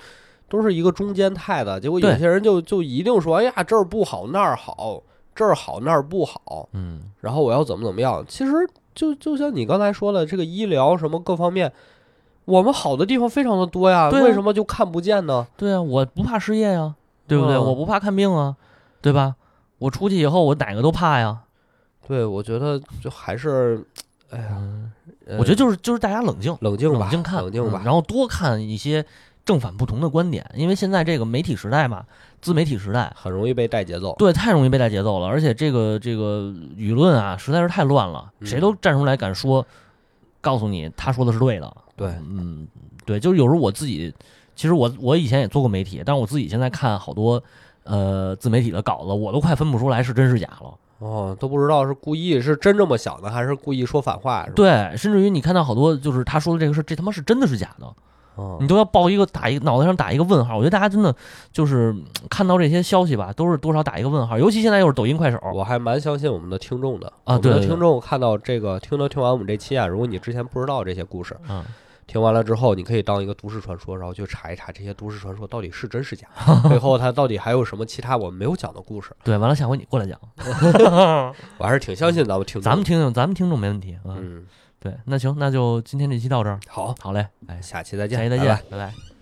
[SPEAKER 2] 都是一个中间态的。结果有
[SPEAKER 1] 对
[SPEAKER 2] 些人就就一定说，哎呀这儿不好那儿好，这儿好那儿不好，
[SPEAKER 1] 嗯
[SPEAKER 2] 然后我要怎么怎么样。其实就就像你刚才说的，这个医疗什么各方面，我们好的地方非常的多呀，
[SPEAKER 1] 对啊
[SPEAKER 2] 为什么就看不见呢？
[SPEAKER 1] 对啊，我不怕失业呀、对不对？
[SPEAKER 2] 嗯
[SPEAKER 1] 我不怕看病啊，对吧？我出去以后，我哪个都怕呀。
[SPEAKER 2] 对，我觉得就还是，哎呀，
[SPEAKER 1] 嗯，
[SPEAKER 2] 呃
[SPEAKER 1] 我觉得就是就是大家冷静，
[SPEAKER 2] 冷静吧，
[SPEAKER 1] 冷静看，
[SPEAKER 2] 冷静
[SPEAKER 1] 嗯
[SPEAKER 2] 吧。
[SPEAKER 1] 然后多看一些正反不同的观点，因为现在这个媒体时代嘛，自媒体时代，
[SPEAKER 2] 很容易被带节奏。
[SPEAKER 1] 对，太容易被带节奏了，而且这个这个舆论啊，实在是太乱了，
[SPEAKER 2] 嗯
[SPEAKER 1] 谁都站出来敢说，告诉你他说的是对的。
[SPEAKER 2] 对
[SPEAKER 1] 嗯，对，就是有时候我自己，其实我我以前也做过媒体，但我自己现在看好多呃自媒体的稿子，我都快分不出来是真是假了。
[SPEAKER 2] 哦，都不知道是故意是真这么想的，还是故意说反话，是吧？
[SPEAKER 1] 对，甚至于你看到好多就是他说的这个事儿，这他妈是真的是假的，
[SPEAKER 2] 嗯
[SPEAKER 1] 你都要抱一个打一个脑袋上打一个问号。我觉得大家真的就是嗯看到这些消息吧，都是多少打一个问号，尤其现在又是抖音、快手，
[SPEAKER 2] 我还蛮相信我们的听众的
[SPEAKER 1] 啊
[SPEAKER 2] 我们
[SPEAKER 1] 对
[SPEAKER 2] 的
[SPEAKER 1] 对对
[SPEAKER 2] 听众看到这个，听到听完我们这期啊，如果你之前不知道这些故事，
[SPEAKER 1] 嗯，
[SPEAKER 2] 听完了之后，你可以当一个都市传说，然后去查一查这些都市传说到底是真 是假，背后它到底还有什么其他我们没有讲的故事。
[SPEAKER 1] 对，完了下回你过来讲，
[SPEAKER 2] 嗯我还是挺相信咱们听众的，
[SPEAKER 1] 咱们听众，咱们听众没问题啊。
[SPEAKER 2] 嗯，
[SPEAKER 1] 对，那行，那就今天这期到这儿，
[SPEAKER 2] 好，
[SPEAKER 1] 好嘞，
[SPEAKER 2] 哎，下期再见，
[SPEAKER 1] 下期再
[SPEAKER 2] 拜拜
[SPEAKER 1] 见，拜拜